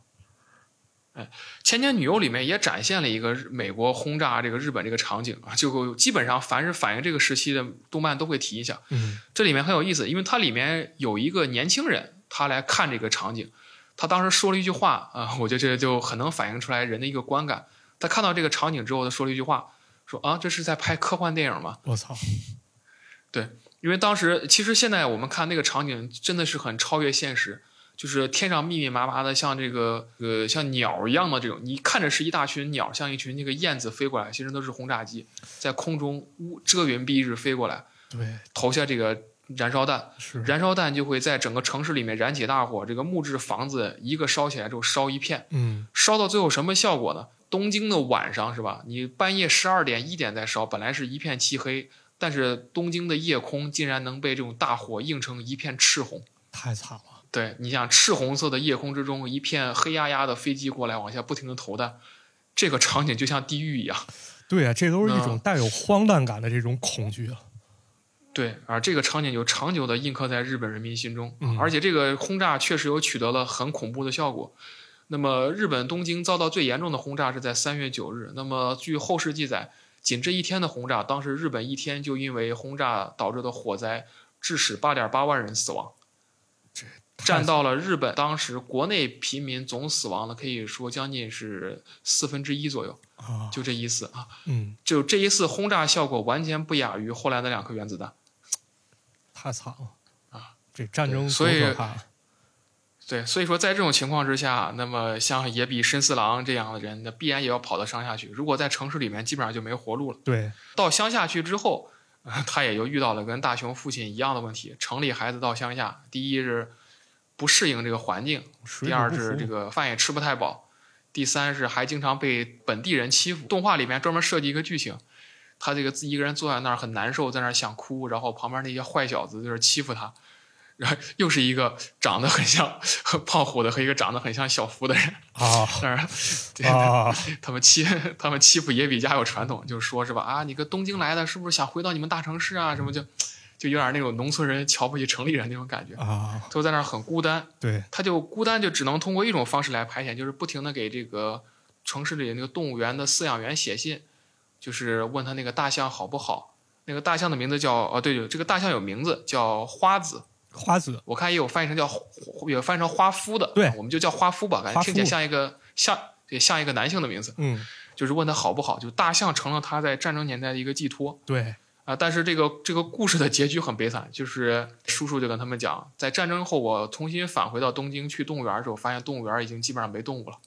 S3: 千年女优》里面也展现了一个日美国轰炸这个日本这个场景啊， 就基本上凡是反映这个时期的动漫都会提一下。
S1: 嗯
S3: 这里面很有意思，因为它里面有一个年轻人，他来看这个场景，他当时说了一句话啊、我觉得这就很能反映出来人的一个观感。他看到这个场景之后，他说了一句话，说啊，这是在拍科幻电影吗？
S1: 我操，
S3: 因为当时其实现在我们看那个场景真的是很超越现实，就是天上密密麻麻的像这个呃像鸟一样的这种，你看着是一大群鸟，像一群那个燕子飞过来，其实都是轰炸机在空中乌遮云蔽日飞过来，
S1: 对，
S3: 投下这个燃烧弹。
S1: 是
S3: 燃烧弹就会在整个城市里面燃起大火，这个木质房子一个烧起来之后烧一片，
S1: 嗯
S3: 烧到最后什么效果呢？东京的晚上是吧？你半夜十二点一点再烧，本来是一片漆黑，但是东京的夜空竟然能被这种大火映成一片赤红。
S1: 太惨了。
S3: 对你想，赤红色的夜空之中，一片黑压压的飞机过来，往下不停的投弹，这个场景就像地狱一样。
S1: 对啊，这都是一种
S3: 嗯
S1: 带有荒诞感的这种恐惧啊。
S3: 对，而这个场景就长久的印刻在日本人民心中，
S1: 嗯
S3: 而且这个轰炸确实有取得了很恐怖的效果。那么，日本东京遭到最严重的轰炸是在三月九日。那么，据后世记载，仅这一天的轰炸，当时日本一天就因为轰炸导致的火灾，致使八点八万人死亡，
S1: 太
S3: 占到了日本当时国内平民总死亡的可以说将近是四分之一左右，
S1: 啊，
S3: 就这意思啊。
S1: 嗯，
S3: 就这一次轰炸效果完全不亚于后来的两颗原子弹。
S1: 太惨了
S3: 啊！
S1: 这战争
S3: 对所以
S1: 多可怕！啊
S3: 对，所以说在这种情况之下，那么像野比伸四郎这样的人，那必然也要跑到乡下去。如果在城市里面，基本上就没活路了。
S1: 对，
S3: 到乡下去之后，呃他也就遇到了跟大雄父亲一样的问题：城里孩子到乡下，第一是不适应这个环境，
S1: 水
S3: 第
S1: 土
S3: 二
S1: 不
S3: 是
S1: 服
S3: 这个饭也吃不太饱，第三是还经常被本地人欺负。动画里面专门设计一个剧情，他这个自己一个人坐在那儿很难受，在那儿想哭，然后旁边那些坏小子就是欺负他，然后又是一个长得很像胖虎的和一个长得很像小夫的人。
S1: 啊
S3: 当然，对
S1: 啊，
S3: 他们欺他们欺负野比家有传统，就是说是吧啊，你个东京来的，是不是想回到你们大城市啊？什么就就有点那种农村人瞧不起城里人那种感觉，
S1: 啊，
S3: 都在那儿很孤单。
S1: 对，
S3: 他就孤单就只能通过一种方式来排遣，就是不停的给这个城市里那个动物园的饲养员写信，就是问他那个大象好不好。那个大象的名字叫哦，对对，这个大象有名字叫花子，
S1: 花子
S3: 我看也有翻译成叫有翻译成花夫的，
S1: 对
S3: 我们就叫花夫吧，感
S1: 花
S3: 觉
S1: 夫
S3: 听起来像一个像也像一个男性的名字。
S1: 嗯，
S3: 就是问他好不好，就大象成了他在战争年代的一个寄托
S1: 对，
S3: 啊。但是这个这个故事的结局很悲惨，就是叔叔就跟他们讲，在战争后我重新返回到东京去动物园的时候，发现动物园已经基本上没动物了，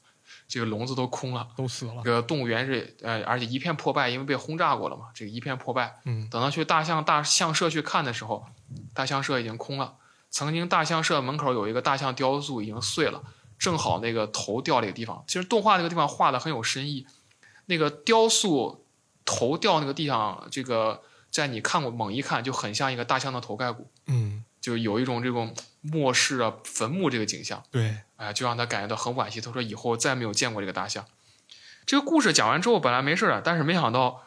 S3: 这个笼子都空了。
S1: 都死了
S3: 这，个动物园是呃，而且一片破败，因为被轰炸过了嘛，这个一片破败。
S1: 嗯
S3: 等到去大象大象社去看的时候，大象社已经空了。曾经大象社门口有一个大象雕塑已经碎了，正好那个头掉那个地方。其实动画那个地方画的很有深意，那个雕塑头掉那个地方，这个在你看过猛一看就很像一个大象的头盖骨，
S1: 嗯，
S3: 就有一种这种末世啊坟墓这个景象。
S1: 对，
S3: 哎，就让他感觉到很惋惜。他说以后再没有见过这个大象。这个故事讲完之后，本来没事儿了，但是没想到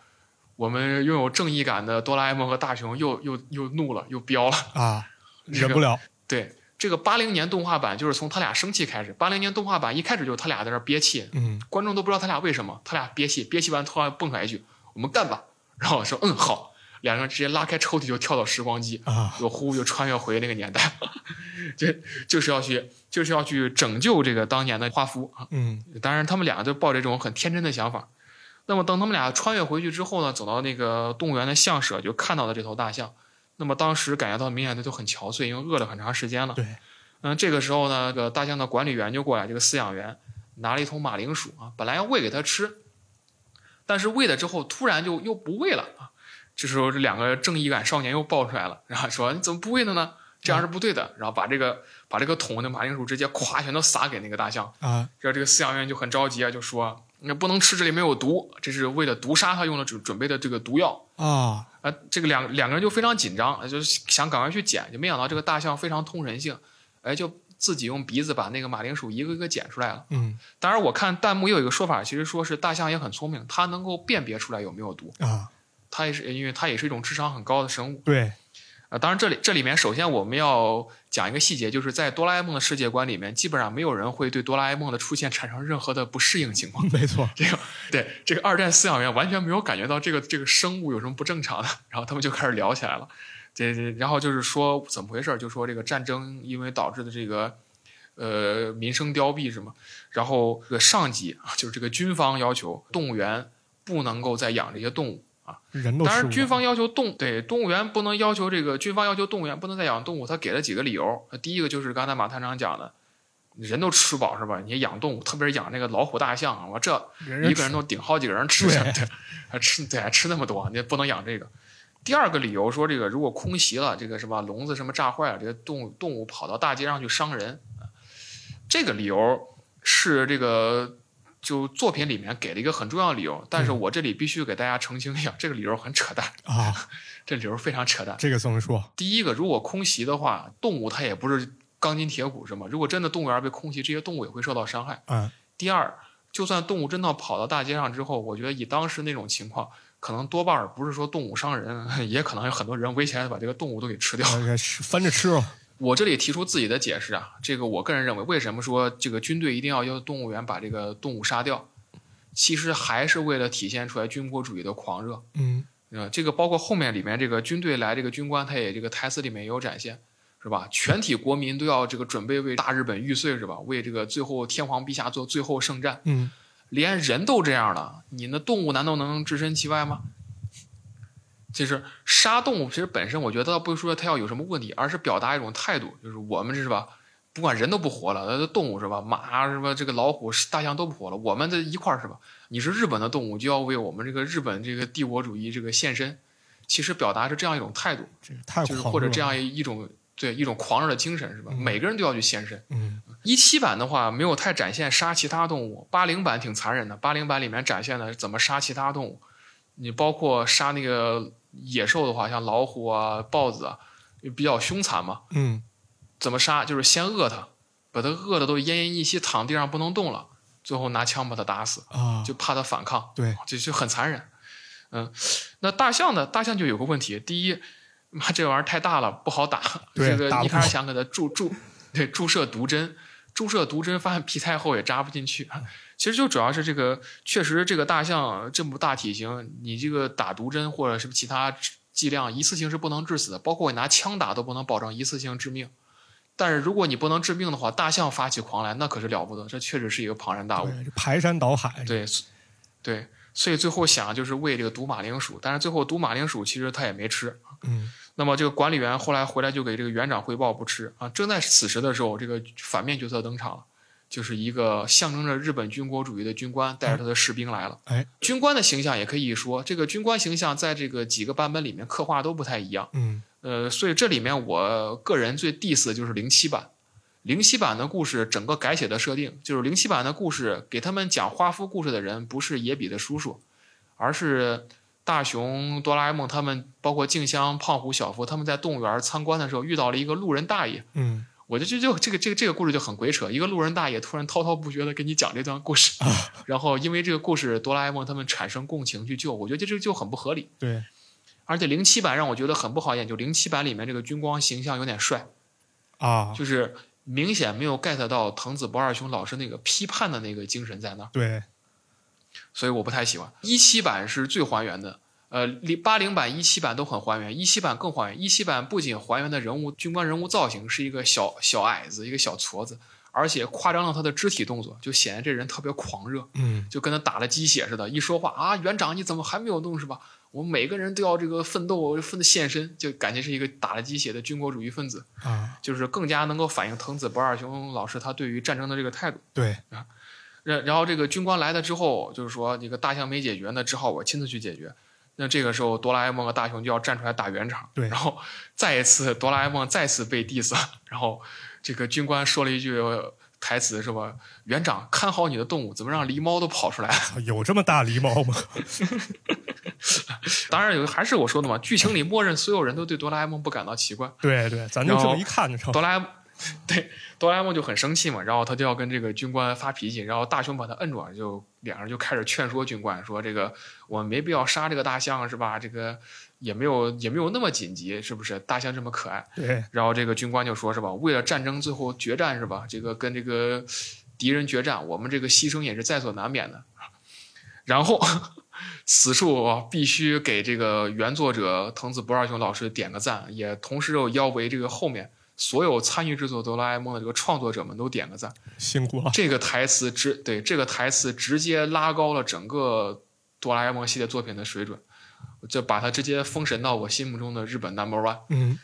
S3: 我们拥有正义感的哆啦 A 梦和大雄又又又怒了，又飙了。
S1: 啊，
S3: 这
S1: 忍
S3: 个
S1: 不了，
S3: 对，这个八零年动画版就是从他俩生气开始。八零年动画版一开始就是他俩在那儿憋气，
S1: 嗯，
S3: 观众都不知道他俩为什么，他俩憋气，憋气完突然蹦出来一句：“我们干吧。”然后我说：“嗯，好。”两个人直接拉开抽屉就跳到时光机，
S1: 啊，
S3: 又呼就穿越回那个年代， 就就是要去就是要去拯救这个当年的华夫啊。
S1: 嗯，
S3: 当然，他们俩就抱着这种很天真的想法。那么，等他们俩穿越回去之后呢，走到那个动物园的象舍，就看到了这头大象。那么当时感觉到明显的就很憔悴，因为饿了很长时间了。
S1: 对，
S3: 嗯，这个时候呢，这个大象的管理员就过来，这个饲养员拿了一桶马铃薯啊，本来要喂给它吃，但是喂了之后突然就又不喂了啊。这时候这两个正义感少年又爆出来了，然后说你怎么不喂了呢？这样是不对的。然后把这个把这个桶的马铃薯直接咵全都撒给那个大象。
S1: 啊，
S3: 这这个饲养员就很着急啊，就说那不能吃，这里没有毒，这是为了毒杀他用的准准备的这个毒药
S1: 啊，
S3: 啊。这个两两个人就非常紧张，就是想赶快去捡，就没想到这个大象非常通人性，哎，就自己用鼻子把那个马铃薯一个一个捡出来了。
S1: 嗯，
S3: 当然，我看弹幕也有一个说法，其实说是大象也很聪明，它能够辨别出来有没有毒，
S1: 啊，
S3: 它也是因为它也是一种智商很高的生物。
S1: 对，
S3: 啊，当然这里这里面首先我们要讲一个细节，就是在哆啦 A 梦的世界观里面，基本上没有人会对哆啦 A 梦的出现产生任何的不适应情况。
S1: 没错，
S3: 这个对这个二战饲养员完全没有感觉到这个这个生物有什么不正常的， 然后他们就开始聊起来了。这这，然后就是说怎么回事儿，就说这个战争因为导致的这个呃民生凋敝什么，然后这个上级啊就是这个军方要求动物园不能够再养这些动物。
S1: 人都
S3: 当
S1: 吃
S3: 然，军
S1: 过，
S3: 方要求动对动物园不能要求这个，军方要求动物园不能再养动物，他给了几个理由。呃第一个就是刚才马探长讲的，人都吃饱是吧？你养动物，特别是养那个老虎、大象啊，我这
S1: 人
S3: 一
S1: 人
S3: 个人都顶好几个人吃，
S1: 对
S3: 对，还吃对还吃那么多，你不能养这个。第二个理由说，这个如果空袭了，这个什么笼子什么炸坏了，这个动物动物跑到大街上去伤人，这个理由是这个就作品里面给了一个很重要的理由，但是我这里必须给大家澄清一下，这个理由很扯淡，
S1: 啊，
S3: 这理由非常扯淡。
S1: 这个怎么说？
S3: 第一个，如果空袭的话，动物它也不是钢筋铁骨是吗？如果真的动物园被空袭，这些动物也会受到伤害。
S1: 嗯，
S3: 第二，就算动物真的跑到大街上之后，我觉得以当时那种情况，可能多半儿不是说动物伤人， 也可能有很多人危险把这个动物都给吃掉。
S1: 这个是翻着呃吃了，
S3: 我这里提出自己的解释啊，这个我个人认为，为什么说这个军队一定要要求动物园把这个动物杀掉？其实还是为了体现出来军国主义的狂热。
S1: 嗯，
S3: 呃，这个包括后面里面这个军队来这个军官，他也这个台词里面也有展现，是吧？全体国民都要这个准备为大日本玉碎，是吧？为这个最后天皇陛下做最后圣战。
S1: 嗯，
S3: 连人都这样了，你那动物难道能置身其外吗？其实杀动物，其实本身我觉得倒不是说它要有什么问题，而是表达一种态度，就是我们这是吧，不管人都不活了，那动物是吧，马是吧，这个老虎、大象都不活了，我们这一块儿是吧？你是日本的动物，就要为我们这个日本这个帝国主义这个献身。其实表达是这样一种态度，
S1: 这个太
S3: 就是
S1: 狂
S3: 或者
S1: 热
S3: 这
S1: 了，
S3: 样一种对一种狂热的精神是吧？
S1: 嗯
S3: 每个人都要去献身。
S1: 嗯，
S3: 一七版的话没有太展现杀其他动物，八零版挺残忍的。八零版里面展现的是怎么杀其他动物，你包括杀那个野兽的话，像老虎啊、豹子啊，比较凶残嘛。
S1: 嗯，
S3: 怎么杀？就是先饿他，把他饿的都奄奄一息，躺地上不能动了，最后拿枪把他打死，
S1: 啊，
S3: 就怕他反抗，
S1: 对，
S3: 就就很残忍。嗯，那大象呢？大象就有个问题，第一，妈这玩意儿太大了，不好打。
S1: 对
S3: 这个
S1: 打不
S3: 一开始想给它注注 对注射毒针，注射毒针发现皮太厚也扎不进去。其实就主要是这个，确实这个大象这么大体型，你这个打毒针或者是其他剂量一次性是不能致死的，包括你拿枪打都不能保证一次性致命。但是如果你不能致命的话，大象发起狂来那可是了不得，这确实是一个庞然大物。
S1: 对，这排山倒海，
S3: 对，所对，所以最后想就是喂这个毒马铃薯，但是最后毒马铃薯其实他也没吃。
S1: 嗯，
S3: 那么这个管理员后来回来就给这个园长汇报不吃啊。正在此时的时候，这个反面角色登场了，就是一个象征着日本军国主义的军官带着他的士兵来了。
S1: 哎，
S3: 军官的形象也可以说，这个军官形象在这个几个版本里面刻画都不太一样。
S1: 嗯，
S3: 呃，所以这里面我个人最 diss 的就是零七版。零七版的故事整个改写的设定，就是零七版的故事给他们讲花夫故事的人不是野比的叔叔，而是大雄、哆啦 A 梦他们，包括静香、胖虎、小夫他们在动物园参观的时候遇到了一个路人大爷。
S1: 嗯，
S3: 我觉得这就这个这个这个故事就很鬼扯，一个路人大爷突然滔滔不绝的给你讲这段故事，然后因为这个故事，哆啦 A 梦他们产生共情去救，我觉得这这就很不合理。
S1: 对，
S3: 而且零七版让我觉得很不好演，就零七版里面这个军光形象有点帅，
S1: 啊，
S3: 就是明显没有 get 到藤子不二雄老师那个批判的那个精神在那儿，
S1: 对，
S3: 所以我不太喜欢。一七版是最还原的，呃，八零版、一七版都很还原，一七版更还原。一七版不仅还原的人物军官人物造型是一个小小矮子，一个小矬子，而且夸张了他的肢体动作，就显得这人特别狂热。
S1: 嗯，
S3: 就跟他打了鸡血似的，一说话啊，园长你怎么还没有弄是吧？我们每个人都要这个奋斗，奋献身，就感觉是一个打了鸡血的军国主义分子，
S1: 啊，
S3: 就是更加能够反映藤子不二雄老师他对于战争的这个态度。
S1: 对，
S3: 然然后这个军官来了之后，就是说这个大象没解决，那只好我亲自去解决。那这个时候，哆啦 A 梦和大雄就要站出来打圆场。
S1: 对
S3: 然后再一次，哆啦 A 梦再次被 diss，然 后这个军官说了一句呃台词是吧？园长看好你的动物，怎么让狸猫都跑出来？
S1: 有这么大狸猫 吗？
S3: 当然有，还是我说的嘛，剧情里默认所有人都对哆啦 A 梦不感到奇怪。
S1: 对对，咱就
S3: 然
S1: 这
S3: 后
S1: 么一看就成
S3: 哆啦 A，对 哆啦 A 梦就很生气嘛，然后他就要跟这个军官发脾气，然后大雄把他摁住，啊就两人就开始劝说军官说：“这个我们没必要杀这个大象是吧？这个也没有也没有那么紧急，是不是？大象这么可爱。”
S1: 对，
S3: 然后这个军官就说是吧，为了战争最后决战是吧？这个跟这个敌人决战，我们这个牺牲也是在所难免的。然后此处啊必须给这个原作者藤子不二雄老师点个赞，也同时又要为这个后面所有参与制作哆啦 A 梦的这个创作者们都点个赞。
S1: 辛苦了，
S3: 这个台词直对这个台词直接拉高了整个哆啦 A 梦系列作品的水准，就把它直接封神到我心目中的日本 number one。
S1: 嗯，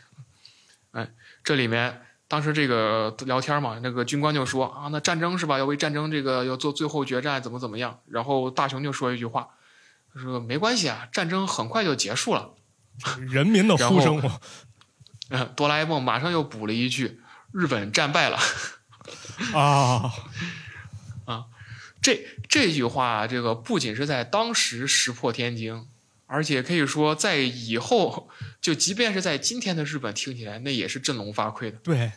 S3: 这里面当时这个聊天嘛，那个军官就说啊，那战争是吧？要为战争这个要做最后决战，怎么怎么样？然后大雄就说一句话，他说没关系啊，战争很快就结束了。
S1: 人民的
S3: 然
S1: 呼
S3: 后
S1: 声嘛，
S3: 嗯，哆啦 A 梦马上又补了一句，日本战败了。
S1: 啊，
S3: 这这句话，啊这个不仅是在当时石破天惊，而且可以说在以后，就即便是在今天的日本听起来，那也是振聋发聩的。
S1: 对，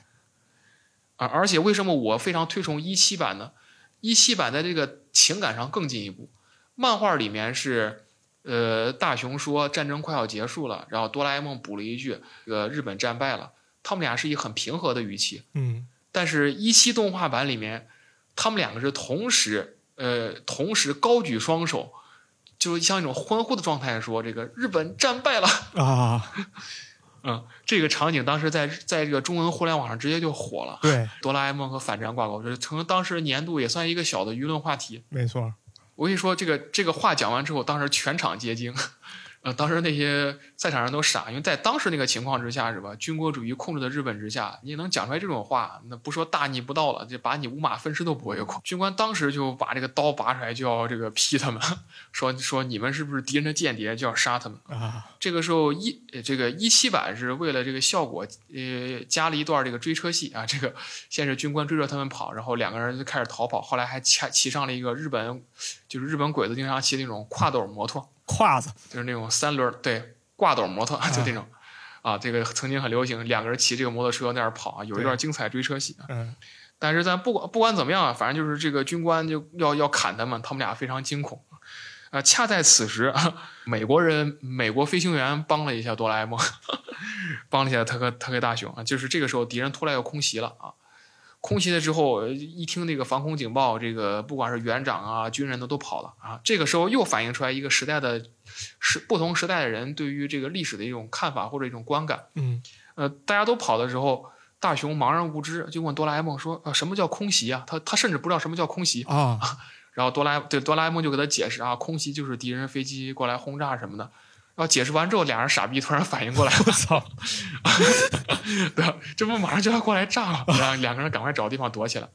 S3: 而而且为什么我非常推崇一七版呢？一七版在这个情感上更进一步。漫画里面是，呃，大雄说战争快要结束了，然后哆啦 A 梦补了一句，呃，日本战败了。他们俩是以很平和的语气，
S1: 嗯，
S3: 但是，一期动画版里面，他们两个是同时，呃，同时高举双手，就是像一种欢呼的状态说这个日本战败了。
S1: 啊，
S3: 嗯，这个场景当时在在这个中文互联网上直接就火了。
S1: 对，
S3: 哆啦 A 梦和反战挂钩，就是成当时年度也算一个小的舆论话题。
S1: 没错，
S3: 我跟你说，这个这个话讲完之后，当时全场皆惊，呃，当时那些在场人都傻，因为在当时那个情况之下，是吧？军国主义控制的日本之下，你能讲出来这种话，那不说大逆不道了，就把你五马分尸都不为过。军官当时就把这个刀拔出来，就要这个劈他们， 说说你们是不是敌人的间谍，就要杀他们。
S1: 啊，
S3: 这个时候一呃这个一七版是为了这个效果，呃，加了一段这个追车戏啊。这个先是军官追着他们跑，然后两个人就开始逃跑，后来还骑骑上了一个日本，就是日本鬼子经常骑那种跨斗摩托，
S1: 胯子，
S3: 就是那种三轮儿对挂斗摩托，就那种。啊，这个曾经很流行，两个人骑这个摩托车那样跑啊，有一段
S1: 对
S3: 精彩追车戏啊。
S1: 嗯，
S3: 但是咱不管不管怎么样啊，反正就是这个军官就要要砍他们，他们俩非常惊恐。啊，恰在此时，啊美国人美国飞行员帮了一下哆啦 A 梦， 帮了一下特克特克大雄啊，就是这个时候敌人突然要空袭了啊。空袭了之后，一听这个防空警报，这个不管是园长啊、军人的都跑了啊。这个时候又反映出来一个时代的，时不同时代的人对于这个历史的一种看法或者一种观感。
S1: 嗯，
S3: 呃，大家都跑的时候，大雄茫然无知，就问哆啦 A 梦说：“啊，什么叫空袭啊？”他他甚至不知道什么叫空袭。
S1: 啊，
S3: 然后哆啦 A 对哆啦 A 梦就给他解释啊，空袭就是敌人飞机过来轰炸什么的。然后解释完之后，俩人傻逼突然反应过来，
S1: 我操，
S3: 对，这不马上就要过来炸了，然后两个人赶快找地方躲起来。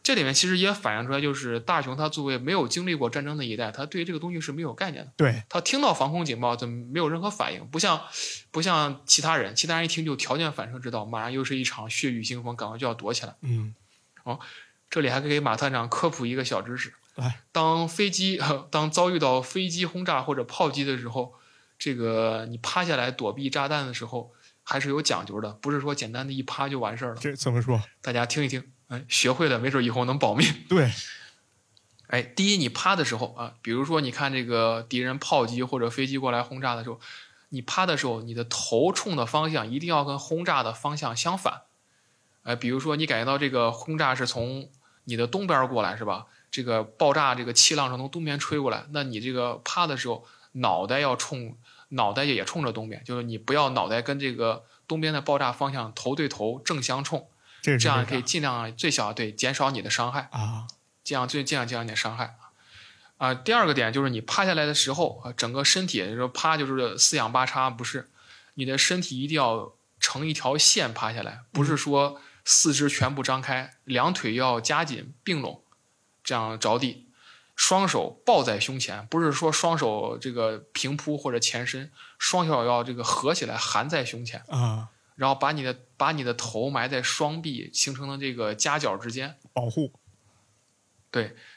S3: 这里面其实也反映出来，就是大雄他作为没有经历过战争的一代，他对这个东西是没有概念的。
S1: 对，
S3: 他听到防空警报就没有任何反应，不像不像其他人，其他人一听就条件反射知道，马上又是一场血雨腥风，赶快就要躲起来。
S1: 嗯，
S3: 这里还可以给马探长科普一个小知识
S1: 来：
S3: 当飞机 当遭遇到飞机轰炸或者炮击的时候，这个你趴下来躲避炸弹的时候，还是有讲究的，不是说简单的一趴就完事儿了。
S1: 这怎么说？
S3: 大家听一听，哎，学会了，没准以后能保命。
S1: 对，
S3: 哎，第一，你趴的时候啊，比如说你看这个敌人炮击或者飞机过来轰炸的时候，你趴的时候，你的头冲的方向一定要跟轰炸的方向相反。哎，比如说你感觉到这个轰炸是从你的东边过来，是吧？这个爆炸这个气浪是从东边吹过来，那你这个趴的时候，脑袋要冲，脑袋也冲着东边，就是你不要脑袋跟这个东边的爆炸方向头对头正相冲，
S1: 这是
S3: 这样
S1: 为啥
S3: 可以尽量最小对减少你的伤害。
S1: 啊，
S3: 这样最这样这样一点伤害啊。啊，第二个点就是你趴下来的时候啊，整个身体就是说趴就是四仰八叉，不是，你的身体一定要成一条线趴下来，不是说四肢全部张开，两腿要夹紧并拢，这样着地，双手抱在胸前，不是说双手这个平铺或者前伸，双手要这个合起来含在胸前，
S1: 啊，
S3: 然后把你的把你的头埋在双臂形成的这个夹角之间，
S1: 保护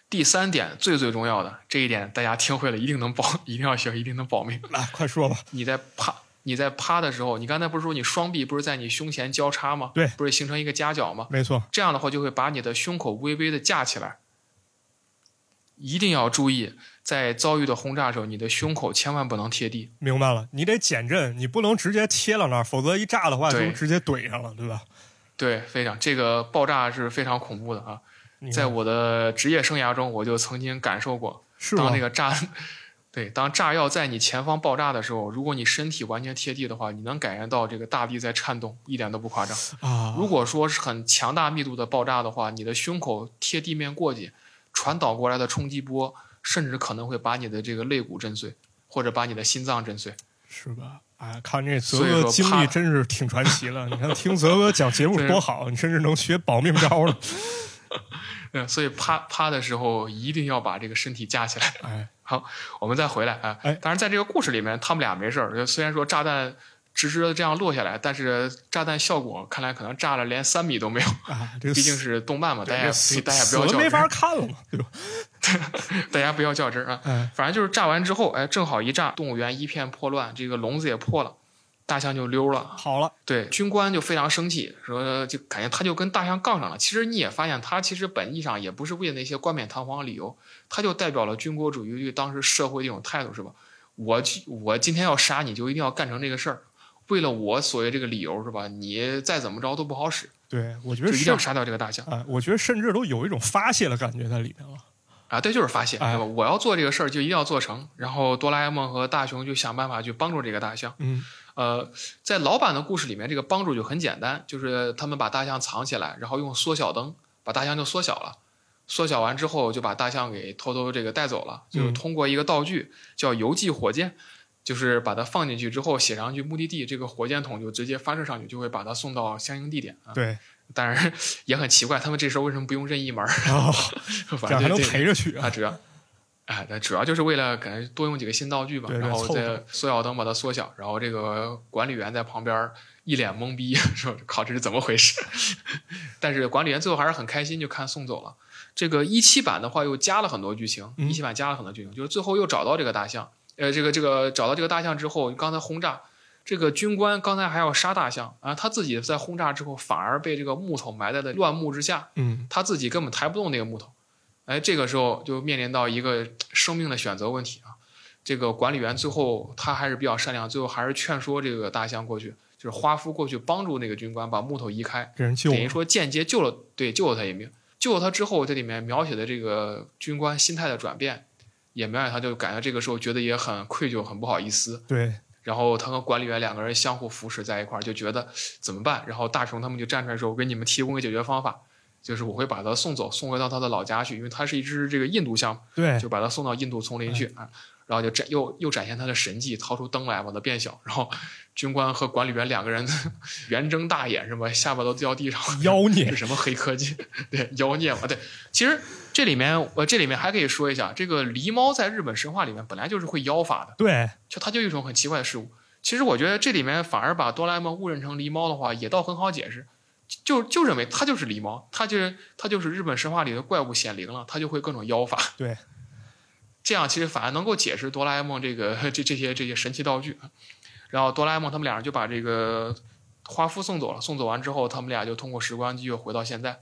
S3: 第三点最最重要的这一点，大家听会了一定能保， 一定要学，一定能保命。
S1: 来，啊快说吧，
S3: 你在趴，你在趴的时候，你刚才不是说你双臂不是在你胸前交叉吗？
S1: 对
S3: 不是形成一个夹角吗？
S1: 没错，
S3: 这样的话就会把你的胸口微微的架起来。一定要注意，在遭遇的轰炸的时候，你的胸口千万不能贴地。
S1: 明白了，你得减震，你不能直接贴到那儿，否则一炸的话
S3: 对
S1: 就直接怼上了，对吧？
S3: 对，非常这个爆炸是非常恐怖的啊！
S1: 你看
S3: 在我的职业生涯中，我就曾经感受过，
S1: 是吗
S3: 当那个炸，对，当炸药在你前方爆炸的时候，如果你身体完全贴地的话，你能感觉到这个大地在颤动，一点都不夸张。
S1: 啊，
S3: 如果说是很强大密度的爆炸的话，你的胸口贴地面过紧，传导过来的冲击波，甚至可能会把你的这个肋骨震碎，或者把你的心脏震碎。
S1: 是吧？哎，看这泽
S3: 所以
S1: 哥
S3: 说
S1: 经
S3: 怕
S1: 历真是挺传奇了。你看听泽哥讲节 目多好，你甚至能学保命招了。
S3: 嗯，所以趴趴的时候一定要把这个身体架起来。
S1: 哎，
S3: 我们再回来啊。
S1: 哎
S3: 当然，在这个故事里面，他们俩没事儿。就虽然说炸弹直直的这样落下来，但是炸弹效果看来可能炸了连三米都没有，
S1: 啊，这个
S3: 毕竟
S1: 死
S3: 是动漫嘛，大
S1: 这
S3: 家所
S1: 死
S3: 以大家不
S1: 死
S3: 要
S1: 了
S3: 较
S1: 没
S3: 真
S1: 法
S3: 儿，
S1: 看了嘛，对吧？
S3: 大家不要较真儿啊。
S1: 哎，
S3: 反正就是炸完之后，哎，正好一炸，动物园一片破乱，这个笼子也破了，大象就溜了。
S1: 好了，
S3: 对，军官就非常生气，说就感觉他就跟大象杠上了。其实你也发现，他其实本意上也不是为那些冠冕堂皇的理由，他就代表了军国主义对当时社会的一种态度，是吧？我去我今天要杀你，就一定要干成这个事儿，为了我所谓这个理由，是吧？你再怎么着都不好使，
S1: 对我觉
S3: 就
S1: 得
S3: 一定
S1: 甚
S3: 要杀掉这个大象
S1: 啊，我觉得甚至都有一种发泄的感觉在里面了。
S3: 啊！对，就是发泄，
S1: 哎
S3: 是吧？我要做这个事儿，就一定要做成。然后哆啦 A 梦和大雄就想办法去帮助这个大象。
S1: 嗯，
S3: 呃，在老版的故事里面，这个帮主就很简单，就是他们把大象藏起来，然后用缩小灯把大象就缩小了。缩小完之后，就把大象给偷偷这个带走了，就是
S1: 嗯
S3: 通过一个道具叫邮寄火箭，就是把它放进去之后写上去目的地，这个火箭筒就直接发射上去，就会把它送到相应地点啊。
S1: 对，
S3: 当然 也很奇怪，他们这时候为什么不用任意门儿？
S1: 然后啊这
S3: 反
S1: 样还
S3: 正
S1: 能
S3: 就这
S1: 陪着去
S3: 啊，
S1: 啊。
S3: 主要，哎，那主要就是为了感觉多用几个新道具吧，
S1: 对对
S3: 然后
S1: 凑合
S3: 再缩小灯把它缩小，然后这个管理员在旁边一脸懵逼， 说：“靠，这是怎么回事？” 但是管理员最后还是很开心，就看送走了。这个一七版的话又加了很多剧情，
S1: 嗯
S3: 一七版加了很多剧情，就是最后又找到这个大象，呃，这个这个找到这个大象之后，刚才轰炸。这个军官刚才还要杀大象啊，他自己在轰炸之后反而被这个木头埋在了乱木之下，
S1: 嗯
S3: 他自己根本抬不动那个木头。哎，这个时候就面临到一个生命的选择问题啊。这个管理员最后他还是比较善良，最后还是劝说这个大象过去，就是花夫过去帮助那个军官把木头移开，
S1: 给人救
S3: 等于
S1: 了，
S3: 说间接救了对救了他一命。救了他之后，这里面描写的这个军官心态的转变，也描写他就感觉这个时候觉得也很愧疚，很不好意思。
S1: 对，
S3: 然后他和管理员两个人相互扶持在一块儿，就觉得怎么办？然后大雄他们就站出来说：“我给你们提供个解决方法，就是我会把他送走，送回到他的老家去，因为他是一只这个印度象，
S1: 对，
S3: 就把他送到印度丛
S1: 哎
S3: 林去啊。”然后就展又又展现他的神迹，掏出灯来把它变小。然后军官和管理员两个人 圆睁大眼，什么下巴都掉地上，
S1: 妖孽
S3: 是，什么黑科技？ 对，妖孽嘛，对。其实这里面我这里面还可以说一下，这个狸猫在日本神话里面本来就是会妖法的。
S1: 对，
S3: 就它就一种很奇怪的事物。其实我觉得这里面反而把哆啦 A 梦误认成狸猫的话，也倒很好解释，就就认为它就是狸猫，它就是它就是日本神话里的怪物显灵了，它就会各种妖法。
S1: 对，
S3: 这样其实反而能够解释哆啦 A 梦这个这这些这些神奇道具。然后哆啦 A 梦他们俩人就把这个花夫送走了，送走完之后，他们俩就通过时光机又回到现在。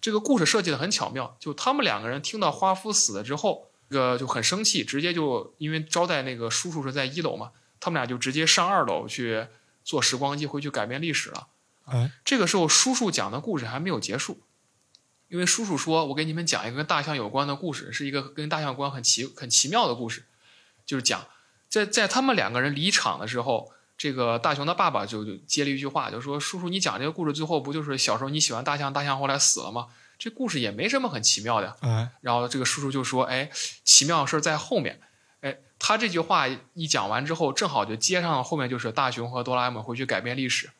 S3: 这个故事设计的很巧妙，就他们两个人听到花夫死了之后，这个就很生气，直接就因为招待那个叔叔是在一楼嘛，他们俩就直接上二楼去坐时光机回去改变历史了。
S1: 哎，
S3: 这个时候叔叔讲的故事还没有结束，因为叔叔说：“我给你们讲一个跟大象有关的故事，是一个跟大象有关很奇很奇妙的故事，就是讲在在他们两个人离场的时候。”这个大雄他爸爸就就接了一句话，就说：“叔叔，你讲这个故事最后不就是小时候你喜欢大象，大象后来死了吗？这故事也没什么很奇妙的呀。”
S1: 哎，
S3: 然后这个叔叔就说：“哎，奇妙的事儿在后面。”哎，他这句话一讲完之后，正好就接上了后面就是大雄和哆啦 A 梦回去改变历史。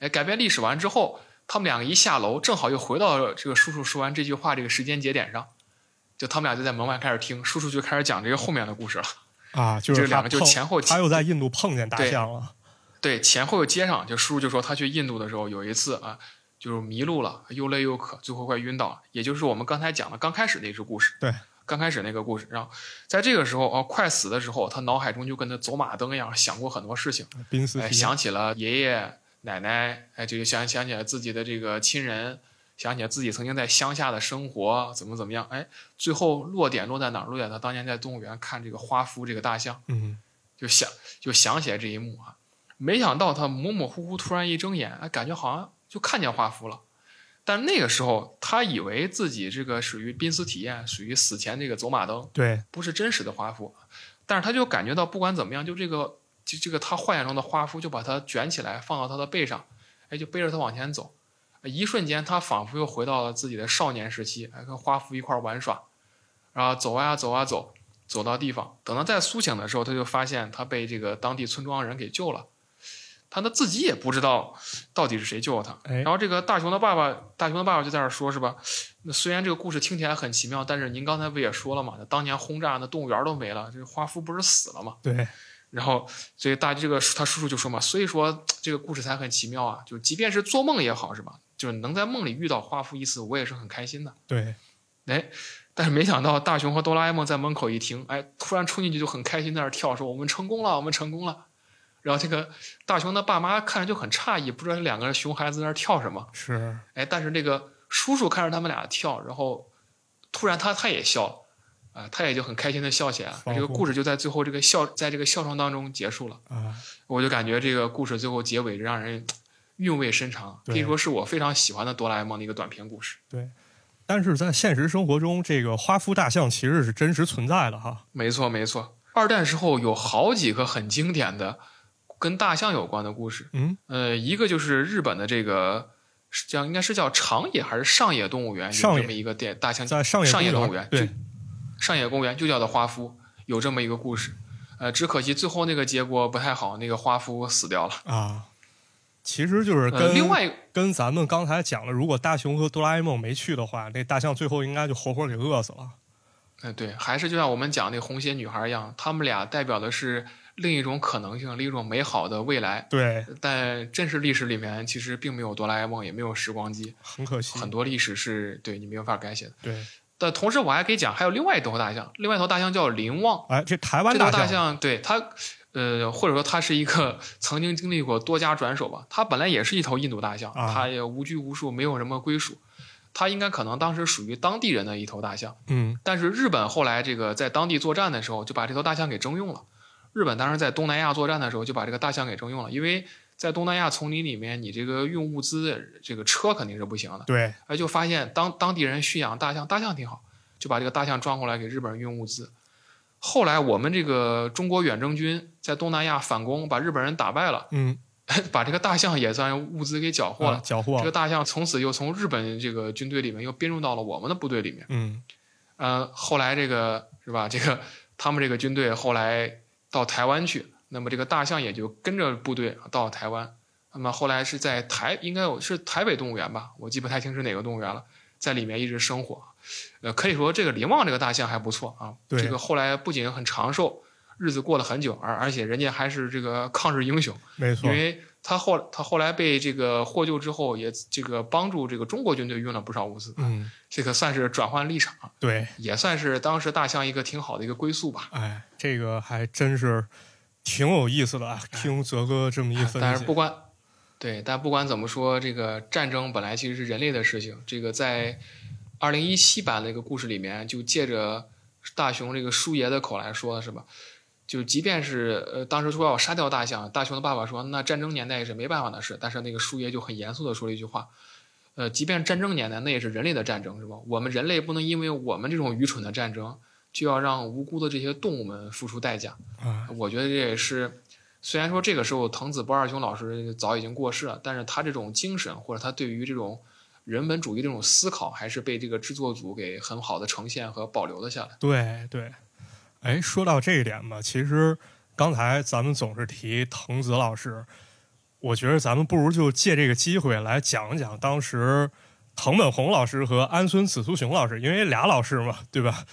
S3: 哎，改变历史完之后，他们两个一下楼，正好又回到这个叔叔说完这句话这个时间节点上。就他们俩就在门外开始听，叔叔就开始讲这个后面的故事了。
S1: 啊，就
S3: 这
S1: 是
S3: 两
S1: 他
S3: 个就
S1: 碰
S3: 前后
S1: 他又在印度碰见大
S3: 对
S1: 象了，
S3: 对，前后又接上，就叔叔就说他去印度的时候有一次啊，就是迷路了，又累又渴，最后快晕倒了。也就是我们刚才讲的刚开始那只故事，
S1: 对，
S3: 刚开始那个故事。然后在这个时候啊，快死的时候，他脑海中就跟那走马灯一样想过很多事情，
S1: 濒死
S3: 哎，
S1: 体验
S3: 想起了爷爷奶奶，哎，就想想起来自己的这个亲人，想起来自己曾经在乡下的生活怎么怎么样，哎，最后落点落在哪儿？落点他当年在动物园看这个花夫这个大象。
S1: 嗯，
S3: 就想就想起来这一幕啊。没想到他模模糊糊突然一睁眼，啊，感觉好像就看见华夫了。但那个时候，他以为自己这个属于濒死体验，属于死前这个走马灯，
S1: 对，
S3: 不是真实的华夫。但是他就感觉到，不管怎么样，就这个就这个他幻想中的华夫就把他卷起来，放到他的背上，哎，就背着他往前走。哎一瞬间，他仿佛又回到了自己的少年时期，哎，跟华夫一块儿玩耍，然后走啊走啊走，走到地方，等他再苏醒的时候，他就发现他被这个当地村庄人给救了，他他自己也不知道到底是谁救了他。
S1: 哎
S3: 然后这个大雄的爸爸，大雄的爸爸就在那儿说，是吧？那虽然这个故事听起来很奇妙，但是您刚才不也说了嘛，那当年轰炸那动物园都没了，这个花夫不是死了吗？
S1: 对，
S3: 然后所以大这个他叔叔就说嘛，所以说这个故事才很奇妙啊，就即便是做梦也好，是吧？就是能在梦里遇到花夫一次，我也是很开心的。
S1: 对，
S3: 哎，但是没想到大雄和哆啦 A 梦在门口一听，哎，突然冲进去就很开心，在那儿跳，说我们成功了，我们成功了。然后这个大雄的爸妈看着就很诧异，不知道这两个熊孩子在那儿跳什么。
S1: 是，
S3: 哎，但是这个叔叔看着他们俩跳，然后突然他他也笑了，啊、他也就很开心的笑起来了。
S1: 放
S3: 这个
S1: 松
S3: 故事就在最后这个笑，在这个笑声当中结束了。
S1: 啊，
S3: 我就感觉这个故事最后结尾让人韵味深长，可以
S1: 对
S3: 说是我非常喜欢的哆啦 A 梦的一个短篇故事。
S1: 但是在现实生活中，这个花夫大象其实是真实存在的哈。
S3: 没错，没错。二战时候有好几个很经典的跟大象有关的故事。
S1: 嗯，
S3: 呃，一个就是日本的这个是叫应该是叫长野还是上野动物园，
S1: 上
S3: 有
S1: 野
S3: 这么一个店大象
S1: 在上野
S3: 上野
S1: 公
S3: 动物园
S1: 对，
S3: 上野公园就叫做花夫，有这么一个故事。呃，只可惜最后那个结果不太好，那个花夫死掉了。
S1: 啊，其实就是
S3: 嗯呃，
S1: 跟
S3: 另外一个
S1: 跟咱们刚才讲了，如果大雄和哆啦 A 梦没去的话，那大象最后应该就活活给饿死了。
S3: 呃，对，还是就像我们讲那个红鞋女孩一样，她们俩代表的是另一种可能性，另一种美好的未来。
S1: 对，
S3: 但真实历史里面其实并没有哆啦 A 梦，也没有时光机，
S1: 很可惜。
S3: 很多历史是对你没有法改写的。
S1: 对，
S3: 但同时我还可以讲，还有另外一头大象，另外一头大象叫林旺，
S1: 哎，这台湾
S3: 这头
S1: 象
S3: 象对它，呃，或者说他是一个曾经经历过多家转手吧。他本来也是一头印度大象，
S1: 啊
S3: 他也无拘无束，没有什么归属。他应该可能当时属于当地人的一头大象，
S1: 嗯
S3: 但是日本后来这个在当地作战的时候，就把这头大象给征用了。日本当时在东南亚作战的时候，就把这个大象给征用了，因为在东南亚丛林里面，你这个运物资，这个车肯定是不行的。
S1: 对，
S3: 哎，就发现当当地人驯养大象，大象挺好，就把这个大象抓回来给日本人运物资。后来我们这个中国远征军在东南亚反攻，把日本人打败了，
S1: 嗯，
S3: 把这个大象也算物资给缴获
S1: 啊
S3: 了。
S1: 缴获
S3: 这个
S1: 了，
S3: 大象从此又从日本这个军队里面又编入到了我们的部队里面。
S1: 嗯
S3: 呃，后来这个是吧？这个他们这个军队后来到台湾去，那么这个大象也就跟着部队到了台湾。那么后来是在台，应该有是台北动物园吧？我记不太清是哪个动物园了，在里面一直生活。呃，可以说这个林旺这个大象还不错啊。
S1: 对
S3: 这个后来不仅很长寿，日子过了很久，而而且人家还是这个抗日英雄。
S1: 没错
S3: 因，为他后他后来被这个获救之后，也这个帮助这个中国军队运了不少物资，
S1: 嗯
S3: 这个算是转换立场，
S1: 对，
S3: 也算是当时大象一个挺好的一个归宿吧。
S1: 哎，这个还真是挺有意思的啊！听泽哥这么一分
S3: 哎啊但是
S1: 析，
S3: 不管对，但不管怎么说，这个战争本来其实是人类的事情。这个在二零一七版的一个故事里面，就借着大雄这个叔爷的口来说的是吧？就即便是呃，当时说要杀掉大象，大雄的爸爸说，那战争年代也是没办法的事。但是那个叔爷就很严肃的说了一句话，呃，即便战争年代，那也是人类的战争，是吧？我们人类不能因为我们这种愚蠢的战争，就要让无辜的这些动物们付出代价。
S1: 啊，
S3: 我觉得这也是，虽然说这个时候藤子不二雄老师早已经过世了，但是他这种精神或者他对于这种人本主义这种思考，还是被这个制作组给很好的呈现和保留了下来。
S1: 对对。哎，说到这一点吧，其实刚才咱们总是提藤子老师，我觉得咱们不如就借这个机会来讲一讲当时藤本弘老师和安孙子苏雄老师，因为俩老师嘛，对吧？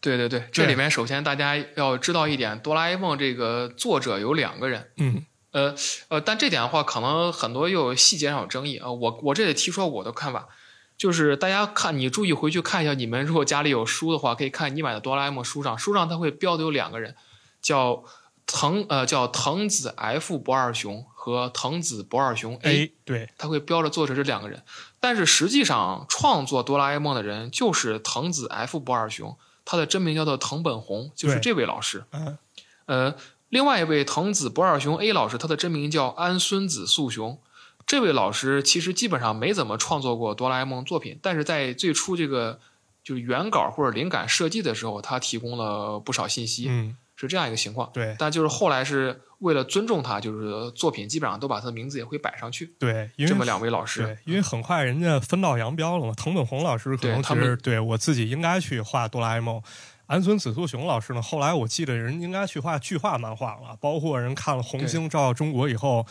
S3: 对对对，这里面首先大家要知道一点，哆啦 A 梦这个作者有两个人。
S1: 嗯
S3: 呃呃，但这点的话，可能很多又有细节上有争议啊、我我这里提出我的看法，就是大家看，你注意回去看一下，你们如果家里有书的话，可以看你买的哆啦 A 梦书上，书上它会标的有两个人，叫藤呃叫藤子 F 不二雄和藤子不二雄 A，
S1: ，A 对，
S3: 它会标着作者这两个人。但是实际上，创作哆啦 A 梦的人就是藤子 F 不二雄，他的真名叫做藤本弘，就是
S1: 对
S3: 这位老师。
S1: 嗯
S3: 呃，另外一位藤子不二雄 A 老师，他的真名叫安孙子素雄。这位老师其实基本上没怎么创作过哆啦 A 梦作品，但是在最初这个就是原稿或者灵感设计的时候，他提供了不少信息，
S1: 嗯，
S3: 是这样一个情况。
S1: 对
S3: 但就是后来是为了尊重他，就是作品基本上都把他的名字也会摆上去。
S1: 对，因为
S3: 这么两位老师，
S1: 对，因为很快人家分道扬镳了嘛。藤本弘老师可
S3: 对
S1: 能
S3: 他
S1: 其
S3: 们
S1: 实对我自己应该去画哆啦 A 梦，安孙子素雄老师呢，后来我记得人应该去画巨画漫画了，包括人看了《红
S3: 对
S1: 星照耀中国》以后，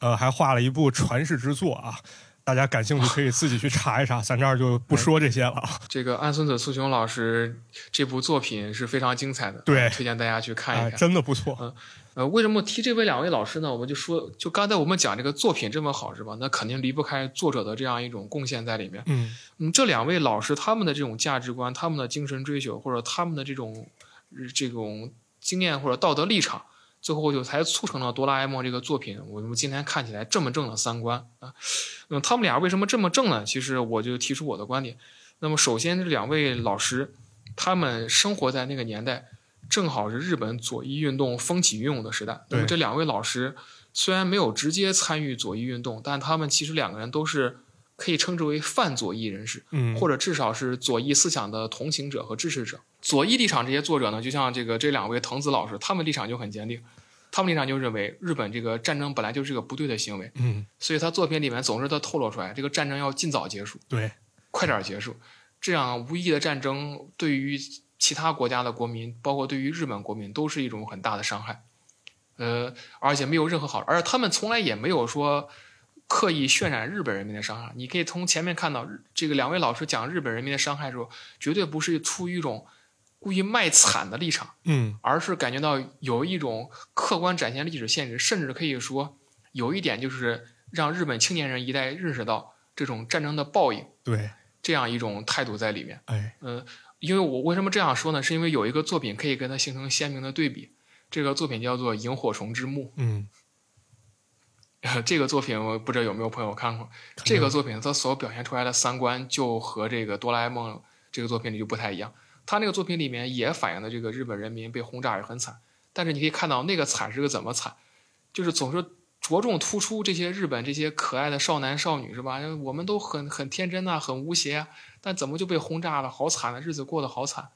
S1: 呃，还画了一部传世之作啊。大家感兴趣可以自己去查一查，咱这儿就不说这些了啊。
S3: 这个安孙子素雄老师这部作品是非常精彩的，
S1: 对
S3: 推荐大家去 看一
S1: 哎
S3: 看。
S1: 真的不错，
S3: 呃，为什么提这位两位老师呢？我们就说，就刚才我们讲这个作品这么好是吧？那肯定离不开作者的这样一种贡献在里面。
S1: 嗯，
S3: 嗯，这两位老师他们的这种价值观、他们的精神追求，或者他们的这种呃这种经验或者道德立场，最后就才促成了《哆啦 A 梦》这个作品。我们今天看起来这么正的三观啊，嗯，他们俩为什么这么正呢？其实我就提出我的观点。那么，首先这两位老师，他们生活在那个年代，正好是日本左翼运动风起云涌的时代。那么
S1: 对
S3: 这两位老师虽然没有直接参与左翼运动，但他们其实两个人都是可以称之为泛左翼人士。
S1: 嗯，
S3: 或者至少是左翼思想的同行者和支持者。左翼立场这些作者呢，就像这个这两位藤子老师，他们立场就很坚定，他们立场就认为日本这个战争本来就是个不对的行为，
S1: 嗯，
S3: 所以他作品里面总是他透露出来，这个战争要尽早结束，
S1: 对，
S3: 快点结束，这样无意义的战争对于其他国家的国民，包括对于日本国民，都是一种很大的伤害。呃，而且没有任何好，而且他们从来也没有说刻意渲染日本人民的伤害。你可以从前面看到，日这个两位老师讲日本人民的伤害的时候，绝对不是出于一种故意卖惨的立场，
S1: 嗯，
S3: 而是感觉到有一种客观展现历史现实，甚至可以说有一点就是让日本青年人一代认识到这种战争的报应，
S1: 对，
S3: 这样一种态度在里面。呃
S1: 哎，
S3: 嗯，因为我为什么这样说呢？是因为有一个作品可以跟它形成鲜明的对比。这个作品叫做《萤火虫之墓
S1: 嗯，》，
S3: 这个作品我不知道有没有朋友看过。这个作品它所表现出来的三观就和这个《哆啦 A 梦》这个作品里就不太一样。它那个作品里面也反映了这个日本人民被轰炸也很惨，但是你可以看到那个惨是个怎么惨，就是总是着重突出这些日本这些可爱的少男少女是吧？我们都很很天真呐、很无邪啊，但怎么就被轰炸了？好惨啊，日子过得好惨，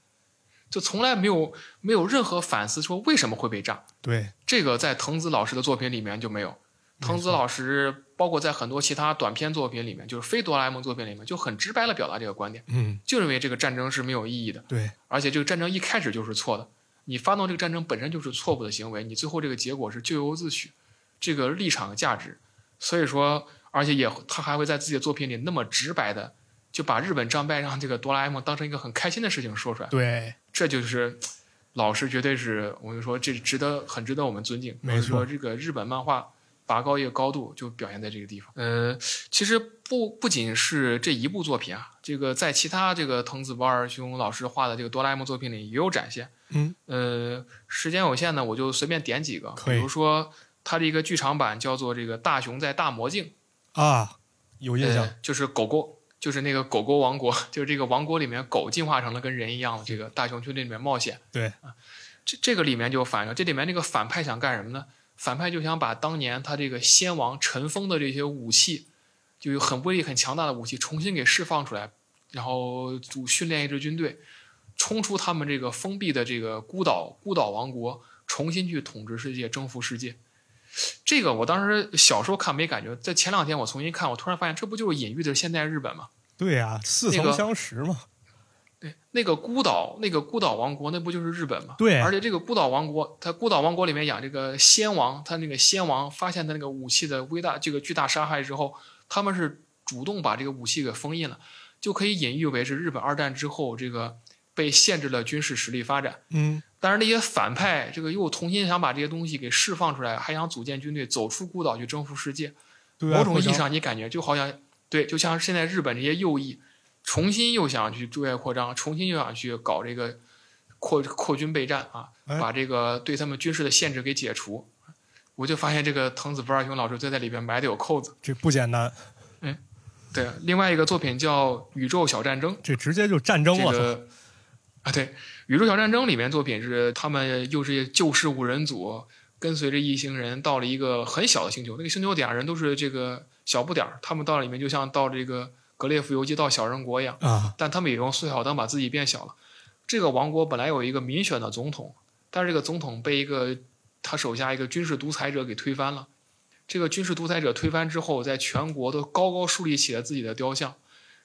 S3: 就从来没有没有任何反思说为什么会被炸。
S1: 对，
S3: 这个在藤子老师的作品里面就没有。
S1: 没错
S3: 藤子老师包括在很多其他短篇作品里面，就是非哆啦 A 梦作品里面，就很直白的表达这个观点，
S1: 嗯，
S3: 就认为这个战争是没有意义的，
S1: 对，
S3: 而且这个战争一开始就是错的。你发动这个战争本身就是错误的行为，你最后这个结果是咎由自取，这个立场价值。所以说，而且也他还会在自己的作品里那么直白的就把日本战败让这个哆啦 A 梦当成一个很开心的事情说出来，
S1: 对，
S3: 这就是老师，绝对是我就说这值得很值得我们尊敬。
S1: 没错
S3: 或者说这个日本漫画拔高一个高度，就表现在这个地方。呃，其实不不仅是这一部作品啊，这个在其他这个藤子不二雄老师画的这个哆啦 A 梦作品里也有展现。
S1: 嗯，
S3: 呃，时间有限呢，我就随便点几个，
S1: 可以
S3: 比如说他的一个剧场版叫做这个《大雄在大魔镜》。
S1: 啊，有印象，
S3: 呃就是狗狗，就是那个狗狗王国， 就是这个王国里面狗进化成了跟人一样的这个大熊去那里面冒险。
S1: 对
S3: 啊，这这个里面就反映这里面这个反派想干什么呢？反派就想把当年他这个先王尘封的这些武器，就有很威力很强大的武器重新给释放出来，然后组训练一支军队，冲出他们这个封闭的这个孤岛孤岛王国，重新去统治世界，征服世界。这个我当时小时候看没感觉，在前两天我重新看，我突然发现这不就是隐喻的现代日本吗？
S1: 对呀，似
S3: 那
S1: 曾
S3: 个
S1: 相识嘛，
S3: 对，那个孤岛，那个孤岛王国，那不就是日本吗？
S1: 对
S3: 而且这个孤岛王国，它孤岛王国里面养这个仙王，他那个仙王发现他那个武器的微大，这个巨大杀害之后，他们是主动把这个武器给封印了，就可以隐喻为是日本二战之后这个被限制了军事实力发展。
S1: 嗯，
S3: 但是那些反派，这个又重新想把这些东西给释放出来，还想组建军队，走出孤岛去征服世界。
S1: 对啊，
S3: 某种意
S1: 会
S3: 义
S1: 长
S3: 上，你感觉就好像对，就像现在日本这些右翼，重新又想去对外扩张，重新又想去搞这个扩扩军备战啊，
S1: 哎
S3: 把这个对他们军事的限制给解除。我就发现这个藤子不二雄老师就在里边埋的有扣子。
S1: 这不简单，
S3: 对，另外一个作品叫《宇宙小战争》，
S1: 这直接就战争
S3: 这
S1: 了，
S3: 个啊，对，《宇宙小战争》里面作品是他们又是旧式五人组，跟随着一行人到了一个很小的星球，那个星球点儿人都是这个小不点儿，他们到里面就像到这个格列佛游记到小人国一样，
S1: 啊，
S3: 但他们也用缩小灯把自己变小了。这个王国本来有一个民选的总统，但是这个总统被一个他手下一个军事独裁者给推翻了。这个军事独裁者推翻之后，在全国都高高树立起了自己的雕像。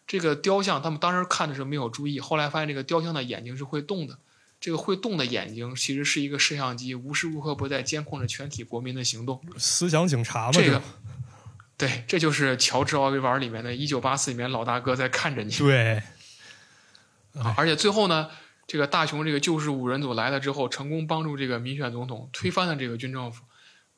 S3: 这个雕像他们当时看的时候没有注意，后来发现这个雕像的眼睛是会动的。这个会动的眼睛其实是一个摄像机，无时无刻不在监控着全体国民的行动。
S1: 思想警察嘛，
S3: 这个
S1: 种，
S3: 对，这就是《乔治奥威尔》里面的《一九八四》里面老大哥在看着你。
S1: 对，
S3: 啊，而且最后呢，这个大雄这个救世五人组来了之后，成功帮助这个民选总统推翻了这个军政府，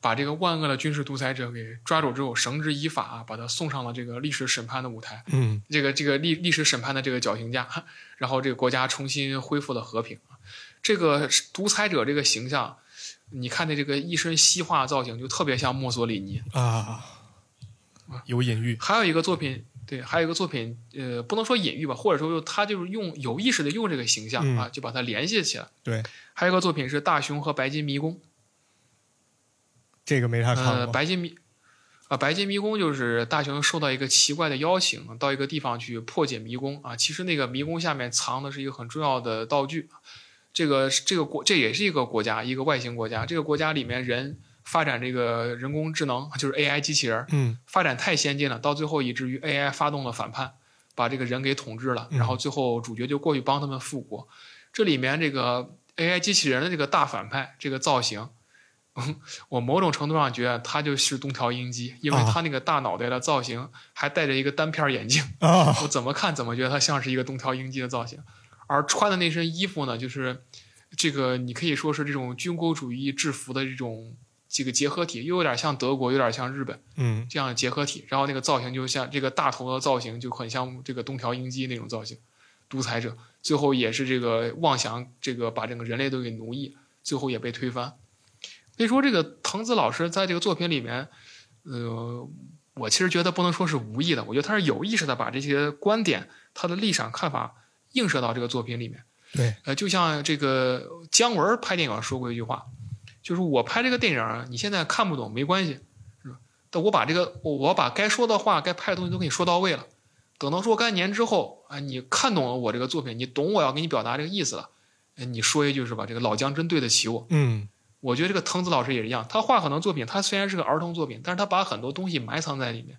S3: 把这个万恶的军事独裁者给抓住之后，绳之以法、啊，把他送上了这个历史审判的舞台，
S1: 嗯，
S3: 这个这个历历史审判的这个绞刑架，然后这个国家重新恢复了和平。这个独裁者这个形象，你看他这个一身西化造型，就特别像墨索里尼。
S1: 啊，有隐喻，
S3: 还有一个作品，对，还有一个作品，呃，不能说隐喻吧，或者说他就是用有意识的用这个形象、
S1: 嗯
S3: 啊，就把它联系起来。
S1: 对，
S3: 还有一个作品是《大雄和白金迷宫》。
S1: 这个没太看
S3: 呃，
S1: 过，
S3: 白金迷啊、白金迷宫就是大雄受到一个奇怪的邀请，到一个地方去破解迷宫啊。其实那个迷宫下面藏的是一个很重要的道具。啊这个这个国这也是一个国家，一个外星国家。这个国家里面人发展这个人工智能，就是 AI 机器人儿，
S1: 嗯，
S3: 发展太先进了，到最后以至于 AI 发动了反叛，把这个人给统治了，
S1: 嗯
S3: 然后最后主角就过去帮他们复国。这里面这个 AI 机器人的这个大反派这个造型，嗯我某种程度上觉得他就是东条英机，因为
S1: 啊
S3: 他那个大脑袋的造型还戴着一个单片眼镜，
S1: 啊，
S3: 我怎么看怎么觉得他像是一个东条英机的造型，而穿的那身衣服呢，就是这个你可以说是这种军国主义制服的这种这个结合体，又有点像德国，有点像日本。
S1: 嗯，
S3: 这样的结合体，然后那个造型就像这个大头的造型就很像这个东条英机那种造型，独裁者最后也是这个妄想这个把整个人类都给奴役，最后也被推翻。可以说这个藤子老师在这个作品里面，呃，我其实觉得不能说是无意的，我觉得他是有意识的把这些观点、他的立场看法映射到这个作品里面。
S1: 对，
S3: 呃，就像这个姜文拍电影说过一句话，就是我拍这个电影啊，你现在看不懂没关系，是吧？但我把这个我我把该说的话、该拍的东西都给你说到位了，等到若干年之后啊，你看懂了我这个作品，你懂我要给你表达这个意思了，呃你说一句是吧？这个老姜真对得起我。
S1: 嗯，
S3: 我觉得这个藤子老师也一样，他画很多作品，他虽然是个儿童作品，但是他把很多东西埋藏在里面。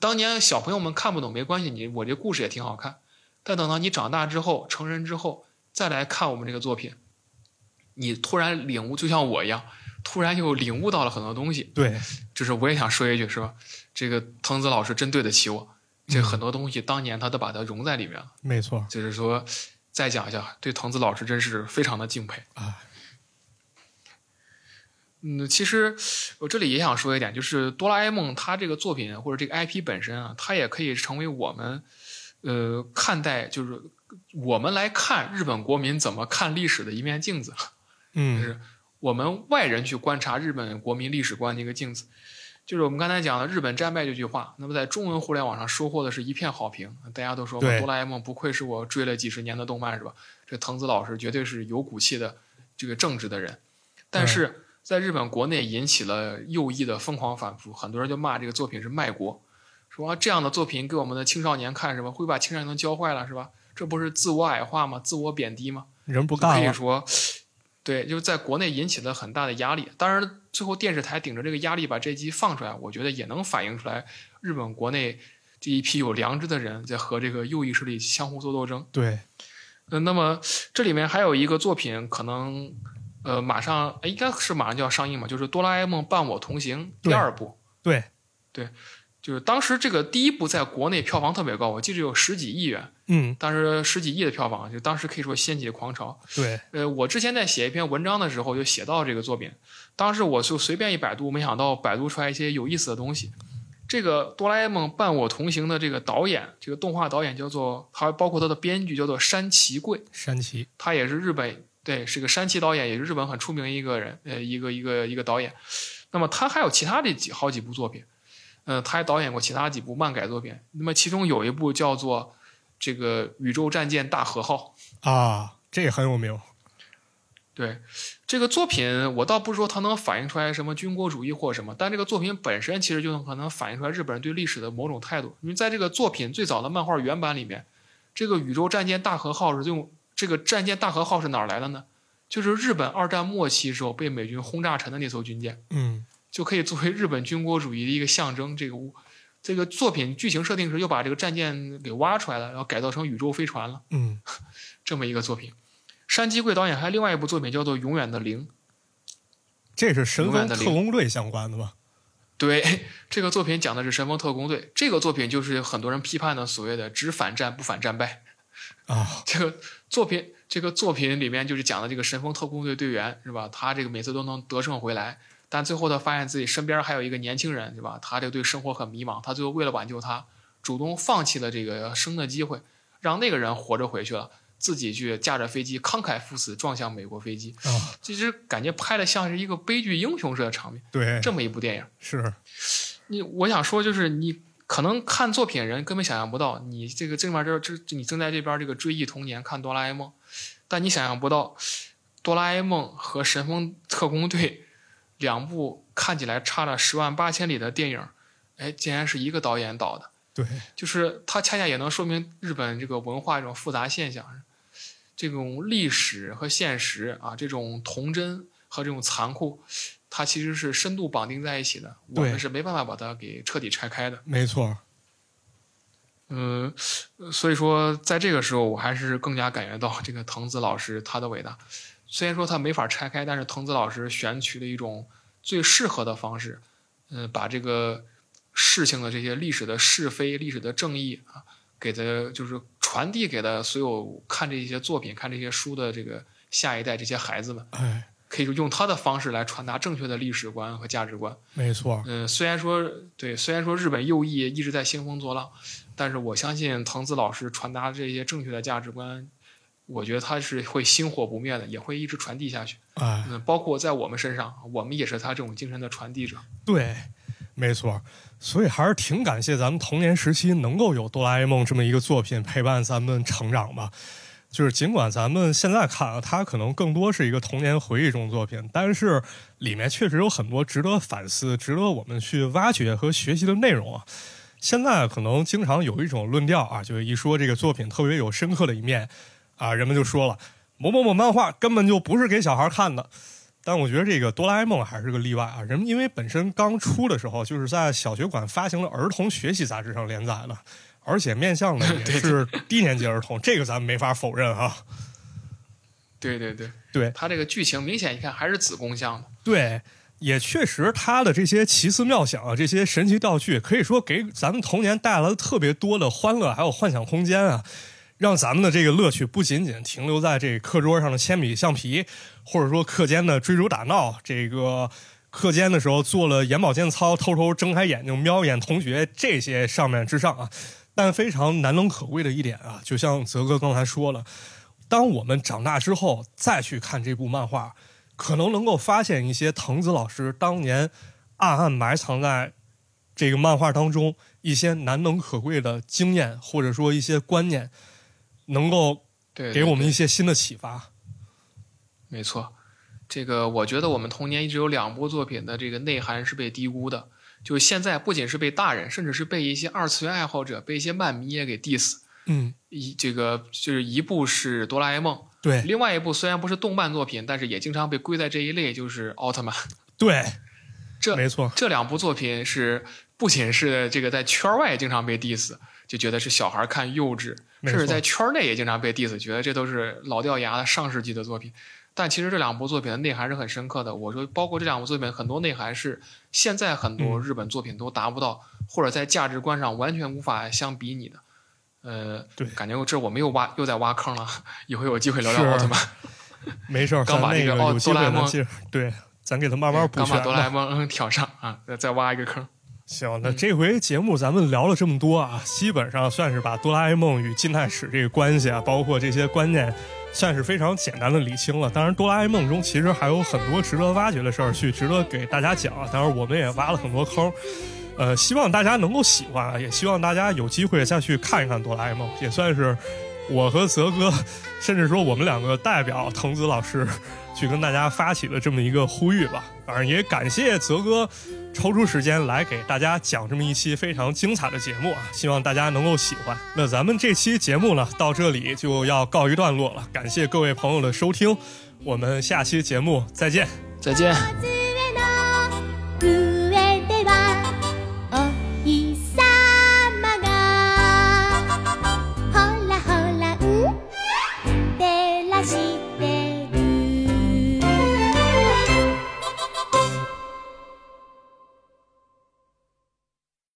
S3: 当年小朋友们看不懂没关系，你我这故事也挺好看。但等到你长大之后，成人之后再来看我们这个作品，你突然领悟，就像我一样，突然又领悟到了很多东西。
S1: 对，
S3: 就是我也想说一句，是吧？这个藤子老师真对得起我，这很多东西当年他都把它融在里面了。
S1: 没错
S3: 就是说，再讲一下，对藤子老师真是非常的敬佩。
S1: 啊，
S3: 嗯，其实我这里也想说一点，就是哆啦 A 梦它这个作品或者这个 IP 本身啊，它也可以成为我们呃看待，就是我们来看日本国民怎么看历史的一面镜子，就
S1: 嗯
S3: 是我们外人去观察日本国民历史观的一个镜子。就是我们刚才讲的日本战败这句话，那么在中文互联网上收获的是一片好评，大家都说
S1: 对
S3: 哆啦 A 梦不愧是我追了几十年的动漫，是吧？这藤子老师绝对是有骨气的这个正直的人，但是在日本国内引起了右翼的疯狂反扑，很多人就骂这个作品是卖国，说、啊、这样的作品给我们的青少年看是吧，会把青少年教坏了是吧？这不是自我矮化吗？自我贬低吗？
S1: 人不
S3: 可
S1: 干
S3: 以
S1: 了，
S3: 说，对，就是在国内引起了很大的压力。当然，最后电视台顶着这个压力把这集放出来，我觉得也能反映出来日本国内这一批有良知的人在和这个右翼势力相互做斗争。
S1: 对，
S3: 呃，那么这里面还有一个作品，可能呃马上哎应该是马上就要上映嘛，就是《哆啦 A 梦伴我同行》第
S1: 对
S3: 二部。
S1: 对，
S3: 就是当时这个第一部在国内票房特别高，我记得有十几亿元，
S1: 嗯，
S3: 当时十几亿的票房，就当时可以说掀起狂潮。
S1: 对，
S3: 呃，我之前在写一篇文章的时候就写到这个作品，当时我就随便一百度，没想到百度出来一些有意思的东西。这个《哆啦 A 梦伴我同行》的这个导演，这个动画导演叫做，还包括他的编剧叫做山崎贵，
S1: 山崎，
S3: 他也是日本对，是个山崎导演，也是日本很出名的一个人，呃，一个一个一个导演。那么他还有其他的几好几部作品，呃，他还导演过其他几部漫改作品。那么其中有一部叫做这个《宇宙战舰大和号》，
S1: 啊，这个很有名，
S3: 对这个作品，我倒不是说它能反映出来什么军国主义或什么，但这个作品本身其实就能可能反映出来日本人对历史的某种态度。因为在这个作品最早的漫画原版里面，这个宇宙战舰大和号是用这个战舰大和号是哪儿来的呢？就是日本二战末期时候被美军轰炸沉的那艘军舰，
S1: 嗯，
S3: 就可以作为日本军国主义的一个象征。这个物这个作品剧情设定时又把这个战舰给挖出来了，然后改造成宇宙飞船了。
S1: 嗯，
S3: 这么一个作品。山崎贵导演还有另外一部作品叫做《永远的零》，
S1: 这是神
S3: 永
S1: 风
S3: 远的
S1: 特
S3: 零
S1: 工队相关的吧？
S3: 对，这个作品讲的是神风特工队。这个作品就是很多人批判的所谓的“只反战不反战败
S1: 啊”。，
S3: 这个作品，这个作品里面就是讲的这个神风特工队队员是吧？他这个每次都能得胜回来，但最后他发现自己身边还有一个年轻人是吧？他这个对生活很迷茫，他最后为了挽救他，主动放弃了这个生的机会，让那个人活着回去了，自己去驾着飞机慷慨赴死撞向美国飞机。
S1: 啊，
S3: 其实感觉拍的像是一个悲剧英雄式的场面，
S1: 对，
S3: 这么一部电影。
S1: 是，
S3: 你我想说就是你可能看作品人根本想象不到，你这个正面这这你正在这边这个追忆童年看哆啦 A 梦，但你想象不到哆啦 A 梦和神风特工队两部看起来差了十万八千里的电影，哎，竟然是一个导演导的。
S1: 对，
S3: 就是它恰恰也能说明日本这个文化一种复杂现象，这种历史和现实啊，这种童真和这种残酷，它其实是深度绑定在一起的，我
S1: 对
S3: 们是没办法把它给彻底拆开的。
S1: 没错，
S3: 嗯，呃所以说在这个时候，我还是更加感觉到这个藤子老师他的伟大。虽然说他没法拆开，但是藤子老师选取了一种最适合的方式，嗯、把这个事情的这些历史的是非、历史的正义啊，给的就是传递给的所有看这些作品、看这些书的这个下一代这些孩子们，
S1: 哎，
S3: 可以用他的方式来传达正确的历史观和价值观。
S1: 没错，
S3: 嗯，虽然说对，虽然说日本右翼一直在兴风作浪，但是我相信藤子老师传达这些正确的价值观，我觉得它是会星火不灭的，也会一直传递下去。
S1: 哎，
S3: 嗯，包括在我们身上，我们也是它这种精神的传递者。
S1: 对，没错。所以还是挺感谢咱们童年时期能够有《哆啦 A 梦》这么一个作品陪伴咱们成长吧。就是尽管咱们现在看啊，它可能更多是一个童年回忆中的作品，但是里面确实有很多值得反思、值得我们去挖掘和学习的内容啊。现在可能经常有一种论调啊，就是一说这个作品特别有深刻的一面啊，人们就说了某某某漫画根本就不是给小孩看的。但我觉得这个哆啦 A 梦还是个例外啊，人们因为本身刚出的时候就是在小学馆发行的儿童学习杂志上连载的，而且面向的也
S3: 对
S1: 是低年级儿童，这个咱们没法否认啊。
S3: 对对对，
S1: 对
S3: 它这个剧情明显一看还是子宫向的。
S1: 对，也确实，他的这些奇思妙想啊，这些神奇道具，可以说给咱们童年带来了特别多的欢乐，还有幻想空间啊，让咱们的这个乐趣不仅仅停留在这课桌上的铅笔、橡皮，或者说课间的追逐打闹，这个课间的时候做了眼保健操，偷偷睁开眼睛瞄一眼同学这些上面之上啊。但非常难能可贵的一点啊，就像泽哥刚才说了，当我们长大之后再去看这部漫画，可能能够发现一些藤子老师当年暗暗埋藏在这个漫画当中一些难能可贵的经验，或者说一些观念，能够
S3: 对，
S1: 给我
S3: 对
S1: 们一些新的启发。
S3: 没错，这个我觉得我们童年一直有两部作品的这个内涵是被低估的，就现在不仅是被大人，甚至是被一些二次元爱好者、被一些漫迷也给 diss。
S1: 嗯，
S3: 一这个就是一部是哆啦 A 梦，
S1: 对
S3: 另外一部虽然不是动漫作品，但是也经常被归在这一类，就是奥特曼。
S1: 对，
S3: 这
S1: 没错，
S3: 这两部作品是不仅是这个在圈外经常被 diss，就觉得是小孩看幼稚，
S1: 没
S3: 甚
S1: 错
S3: 至在圈内也经常被 diss，觉得这都是老掉牙的上世纪的作品。但其实这两部作品的内涵是很深刻的。我说，包括这两部作品很多内涵是现在很多
S1: 嗯
S3: 日本作品都达不到，或者在价值观上完全无法相比拟的。呃，
S1: 对
S3: 感觉这我们又挖又在挖坑了，以后有机会聊聊
S1: 是啊
S3: 奥特曼。
S1: 没事儿，咱
S3: 刚把
S1: 那
S3: 这个奥
S1: 有机会
S3: 哆啦 A
S1: 咱
S3: 梦
S1: 接着对，咱给他慢慢补
S3: 刚把
S1: 全
S3: 哆啦
S1: 吧。
S3: A 梦挑上啊，再再挖一个坑。
S1: 行，那
S3: 嗯
S1: 这回节目咱们聊了这么多啊，基本上算是把哆啦 A 梦与近代史这个关系啊，包括这些观念，算是非常简单的理清了。当然，哆啦 A 梦中其实还有很多值得挖掘的事儿，去值得给大家讲啊。当然，我们也挖了很多坑，呃，希望大家能够喜欢啊，也希望大家有机会再去看一看哆啦 A 梦，也算是我和泽哥，甚至说我们两个代表藤子老师去跟大家发起了这么一个呼吁吧。反正也感谢泽哥抽出时间来给大家讲这么一期非常精彩的节目啊，希望大家能够喜欢。那咱们这期节目呢，到这里就要告一段落了，感谢各位朋友的收听，我们下期节目再见。
S3: 再见。
S4: 上